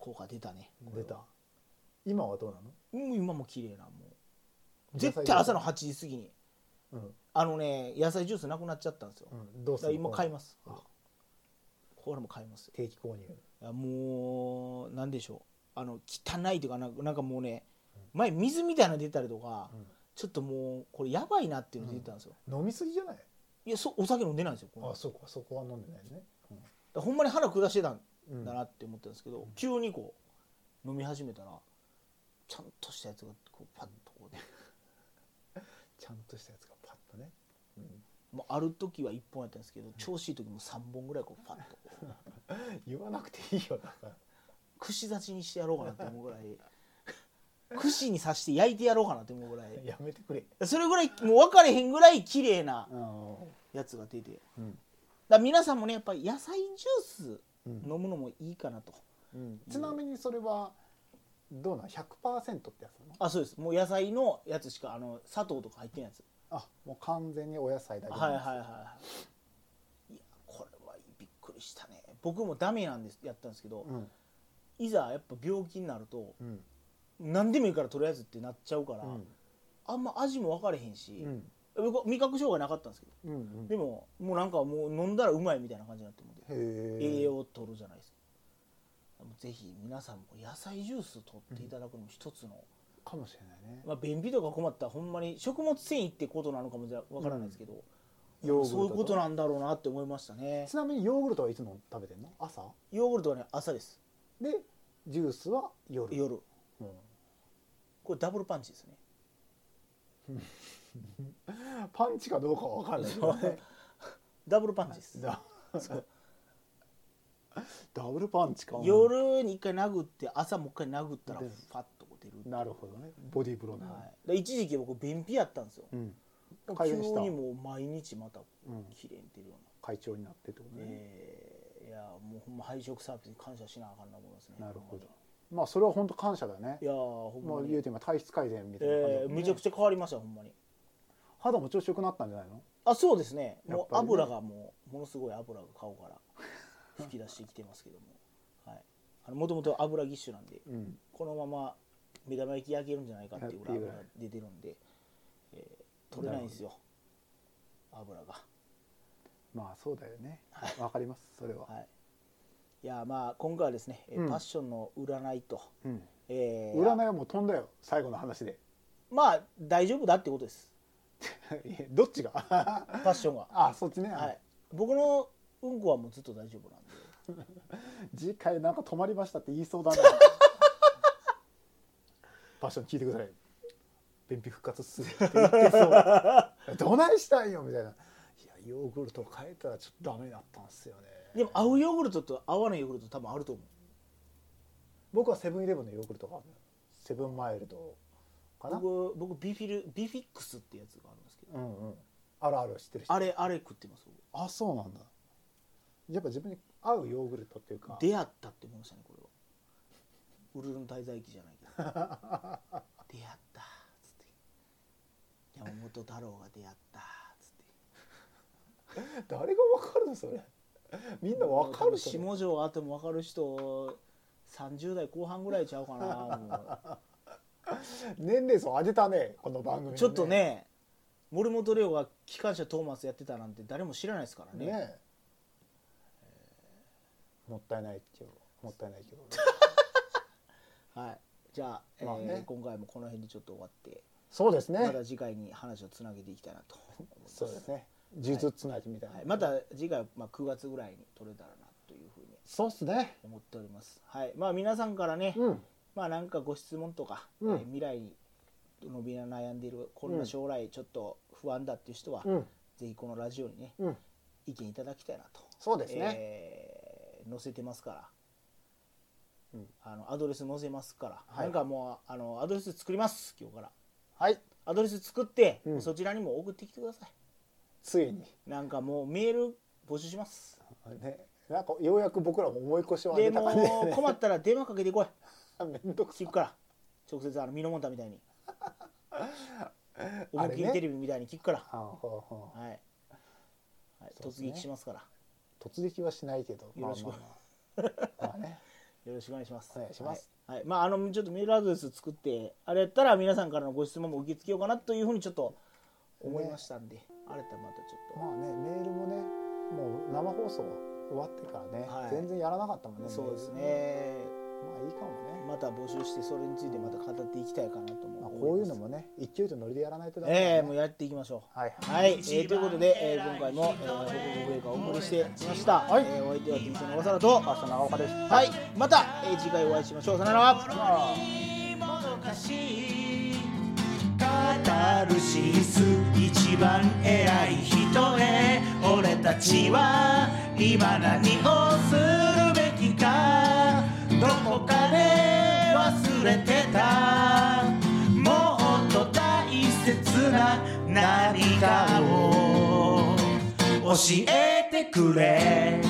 [SPEAKER 1] 効果出たねこれ
[SPEAKER 2] 出
[SPEAKER 1] は
[SPEAKER 2] た今はどうなの
[SPEAKER 1] うん今も綺麗なもう
[SPEAKER 2] 野菜
[SPEAKER 1] 絶対朝の8時過ぎに
[SPEAKER 2] うん、
[SPEAKER 1] あのね野菜ジュースなくなっちゃったんですよ
[SPEAKER 2] うん、どう
[SPEAKER 1] だ
[SPEAKER 2] す
[SPEAKER 1] か
[SPEAKER 2] る
[SPEAKER 1] ら今買います
[SPEAKER 2] あ
[SPEAKER 1] これも買いますよ
[SPEAKER 2] 定期購入
[SPEAKER 1] いやもうなんでしょうあの汚いというかなんかなんかもうね前水みたいなの出たりとか、ちょっともうこれやばいなっていうの出てたんですよ、
[SPEAKER 2] 飲みすぎじゃない
[SPEAKER 1] いやそお酒飲んでないんですよこれ
[SPEAKER 2] あそうかそこは飲んでないね
[SPEAKER 1] だからほんまに腹下してたん
[SPEAKER 2] うん
[SPEAKER 1] だなって思ったんですけど、急にこう飲み始めたらちゃんとしたやつがこうパッとこうね
[SPEAKER 2] ちゃんとしたやつがパッとね
[SPEAKER 1] もうある時は1本やったんですけど調子いい時も3本ぐらいこうパッとこ う
[SPEAKER 2] 言わなくていいよだから
[SPEAKER 1] 串刺しにしてやろうかなって思うぐ らい串に刺して焼いてやろうかなって思うぐらい
[SPEAKER 2] やめてくれ
[SPEAKER 1] それぐらいもう分かれへんぐらい綺麗な
[SPEAKER 2] あ
[SPEAKER 1] やつが出てだか
[SPEAKER 2] うん
[SPEAKER 1] ら皆さんもねやっぱり野菜ジュース
[SPEAKER 2] うん
[SPEAKER 1] 飲むのもいいかなと、
[SPEAKER 2] うんちなみにそれはどうなん100%ってやつなの
[SPEAKER 1] あそうですもう野菜のやつしかあの砂糖とか入ってないやつ
[SPEAKER 2] あもう完全にお野菜だけ
[SPEAKER 1] はいはいはいはいいやこれはびっくりしたね僕もダメなんですやったんですけど、
[SPEAKER 2] うん
[SPEAKER 1] いざやっぱ病気になると
[SPEAKER 2] うん
[SPEAKER 1] 何でもいいからとりあえずってなっちゃうから、
[SPEAKER 2] うん
[SPEAKER 1] あんま味も分かれへんし
[SPEAKER 2] う、ん
[SPEAKER 1] 僕味覚障害なかったんですけど
[SPEAKER 2] うんうん
[SPEAKER 1] でももうなんかもう飲んだらうまいみたいな感じになって思って
[SPEAKER 2] へえ
[SPEAKER 1] 栄養を取るじゃないですかぜひ皆さんも野菜ジュース取っていただくのも一つの、
[SPEAKER 2] かもしれないね
[SPEAKER 1] まあ、便秘とか困ったらほんまに食物繊維ってことなのかもわからないですけど、
[SPEAKER 2] ヨーグルト
[SPEAKER 1] そういうことなんだろうなって思いましたね
[SPEAKER 2] ちなみにヨーグルトはいつの食べてんの朝
[SPEAKER 1] ヨーグルトはね朝です
[SPEAKER 2] でジュースは夜
[SPEAKER 1] 夜
[SPEAKER 2] うん
[SPEAKER 1] これダブルパンチですね
[SPEAKER 2] パンチかどうかは分かんないけどね
[SPEAKER 1] ダブルパンチ です
[SPEAKER 2] だダブルパンチか
[SPEAKER 1] 夜に一回殴って朝もう一回殴ったらフ
[SPEAKER 2] で
[SPEAKER 1] ァッとこう出るっていう
[SPEAKER 2] なるほどねボディーブローなの
[SPEAKER 1] はい、で一時期僕便秘やったんですよ
[SPEAKER 2] うん改
[SPEAKER 1] 急
[SPEAKER 2] 善した
[SPEAKER 1] にもう毎日また
[SPEAKER 2] うん
[SPEAKER 1] 綺麗に出るよう
[SPEAKER 2] 会長になってってこと
[SPEAKER 1] になって、
[SPEAKER 2] ね
[SPEAKER 1] えーいやもうほんま配食サービスに感謝しなあかんな思いますね
[SPEAKER 2] なるほどまあそれは本当感謝だね
[SPEAKER 1] いやーほん
[SPEAKER 2] も
[SPEAKER 1] ま
[SPEAKER 2] う
[SPEAKER 1] に、
[SPEAKER 2] 言うて今体質改善みたいな感じだ
[SPEAKER 1] え
[SPEAKER 2] も
[SPEAKER 1] ー
[SPEAKER 2] んね
[SPEAKER 1] めちゃくちゃ変わりましたほんまに
[SPEAKER 2] 肌も調子良くなったんじゃないの
[SPEAKER 1] あそうですねもう
[SPEAKER 2] やっぱりね
[SPEAKER 1] 油がもうものすごい油が顔 から吹き出してきてますけどもはいあのもともと油ぎっしゅなんで
[SPEAKER 2] うん
[SPEAKER 1] このまま目玉焼き焼けるんじゃないかっていうぐらい
[SPEAKER 2] や
[SPEAKER 1] 油
[SPEAKER 2] っ
[SPEAKER 1] が
[SPEAKER 2] て
[SPEAKER 1] 出てるんで、えー取れないんですよ油が
[SPEAKER 2] まあそうだよねわかりますそれは
[SPEAKER 1] はいいやーまあ今回はですね、えー
[SPEAKER 2] うん
[SPEAKER 1] パッションの占いと、
[SPEAKER 2] うん
[SPEAKER 1] えー
[SPEAKER 2] 占いはもう飛んだよ最後の話で
[SPEAKER 1] まあ大丈夫だってことです
[SPEAKER 2] いやどっちが
[SPEAKER 1] パッションが
[SPEAKER 2] あそっちね
[SPEAKER 1] はい僕のうんこはもうずっと大丈夫なんで
[SPEAKER 2] 次回なんか止まりましたって言 いそうだなパッション聞いてください便秘復活するって言っ てそうどないしたいよみたいないやヨーグルトを変えたらちょっとダメだったんですよね
[SPEAKER 1] でも合うヨーグルトと合わないヨーグルト多分あると思う
[SPEAKER 2] 僕はセブンイレブンのヨーグルトがあるのよセブンマイルドかな
[SPEAKER 1] 僕僕ビフィルビフィックスってやつがあるんですけど
[SPEAKER 2] うんうんあるある知ってる人
[SPEAKER 1] あれあれ食ってます僕
[SPEAKER 2] あそうなんだやっぱ自分に合うヨーグルトっていうか
[SPEAKER 1] 出会ったって思いましたねこれはウルルの滞在記じゃないけ ど出会ったっつって山本太郎が出会ったっつって
[SPEAKER 2] 誰がわかるのそれみんなわかるそれ
[SPEAKER 1] 下條あっても分かる人30代後半ぐらいちゃうかなも
[SPEAKER 2] 年齢層上げたねこの 番組の
[SPEAKER 1] うちょっとね森本レオが機関車トーマスやってたなんて誰も知らないですからね
[SPEAKER 2] ねえもったいないけどもったいないけど
[SPEAKER 1] はいじゃあ,、えー
[SPEAKER 2] まあね
[SPEAKER 1] 今回もこの辺でちょっと終わって
[SPEAKER 2] そうです
[SPEAKER 1] ま
[SPEAKER 2] ね
[SPEAKER 1] た次回に話をつなげていきたいなと思います
[SPEAKER 2] そうですね呪術つなぎみたいな、
[SPEAKER 1] はい、また次回はまあ9月ぐらいに取れたらなと
[SPEAKER 2] そうっすね。
[SPEAKER 1] 思っております。はい、まあ皆さんからね、
[SPEAKER 2] うん。
[SPEAKER 1] まあなんかご質問とか、
[SPEAKER 2] うん
[SPEAKER 1] えー未来に伸び悩んでいるこん
[SPEAKER 2] う
[SPEAKER 1] なん将来ちょっと不安だっていう人は、
[SPEAKER 2] うん。
[SPEAKER 1] ぜひこのラジオにね
[SPEAKER 2] うん。
[SPEAKER 1] 意見いただきたいなと、
[SPEAKER 2] そうですね。
[SPEAKER 1] えー載せてますから、
[SPEAKER 2] うん
[SPEAKER 1] あのアドレス載せますから、
[SPEAKER 2] は
[SPEAKER 1] な
[SPEAKER 2] い
[SPEAKER 1] んかもうあのアドレス作ります今日から
[SPEAKER 2] はい。
[SPEAKER 1] アドレス作って、
[SPEAKER 2] うん
[SPEAKER 1] そちらにも送ってきてくださ
[SPEAKER 2] ついに。
[SPEAKER 1] いなんかもうメール募集します
[SPEAKER 2] ね。なんかようやく僕らも思い越しを上
[SPEAKER 1] で
[SPEAKER 2] げた感じ
[SPEAKER 1] もう
[SPEAKER 2] で
[SPEAKER 1] 困ったら電話かけてこい
[SPEAKER 2] ね。 めんどくさ
[SPEAKER 1] 聞
[SPEAKER 2] い
[SPEAKER 1] く。から直接あのミノモンタみ たいに思いっき
[SPEAKER 2] あれ
[SPEAKER 1] り
[SPEAKER 2] ね
[SPEAKER 1] テレビみたいに聞くから、
[SPEAKER 2] あほうほう
[SPEAKER 1] はい、はい、
[SPEAKER 2] そうです
[SPEAKER 1] 突
[SPEAKER 2] ね
[SPEAKER 1] 撃しますから
[SPEAKER 2] 突撃はしないけど。
[SPEAKER 1] よろしく
[SPEAKER 2] まあまあまあまあね。
[SPEAKER 1] よろしくお願いします
[SPEAKER 2] お願いします、
[SPEAKER 1] はいはいまああのちょっとメールアドレス作ってあれやったら皆さんからのご質問も受け付けようかなというふうにちょっと思いましたんで、あれやったらまたちょ
[SPEAKER 2] まあね、メールもね、もう生放送終わってからね、
[SPEAKER 1] はい
[SPEAKER 2] 全然やらなかったもん
[SPEAKER 1] っと
[SPEAKER 2] ね。
[SPEAKER 1] そうです
[SPEAKER 2] メー
[SPEAKER 1] ね
[SPEAKER 2] ル。まあいいかもね。
[SPEAKER 1] また募集してそれについてまた語っていきたいかなと思
[SPEAKER 2] まあ
[SPEAKER 1] 思
[SPEAKER 2] こういうの
[SPEAKER 1] ます
[SPEAKER 2] もね、勢いとノリでやらないとダメだ
[SPEAKER 1] ええ
[SPEAKER 2] ね
[SPEAKER 1] もうやっていきましょう
[SPEAKER 2] はい。
[SPEAKER 1] はい、えーということで、えー今回も、えー、北国ブレイカーをお送りしてきました、
[SPEAKER 2] はい
[SPEAKER 1] えーお相手は T シャの小原と
[SPEAKER 2] 明日長岡です。
[SPEAKER 1] はいまた、えー次回お会いしましょうさよなら
[SPEAKER 3] もどかしいカタルシス一番偉い人へ俺たちは今何をするべきかどこかで忘れてたもっと大切な何かを教えてくれ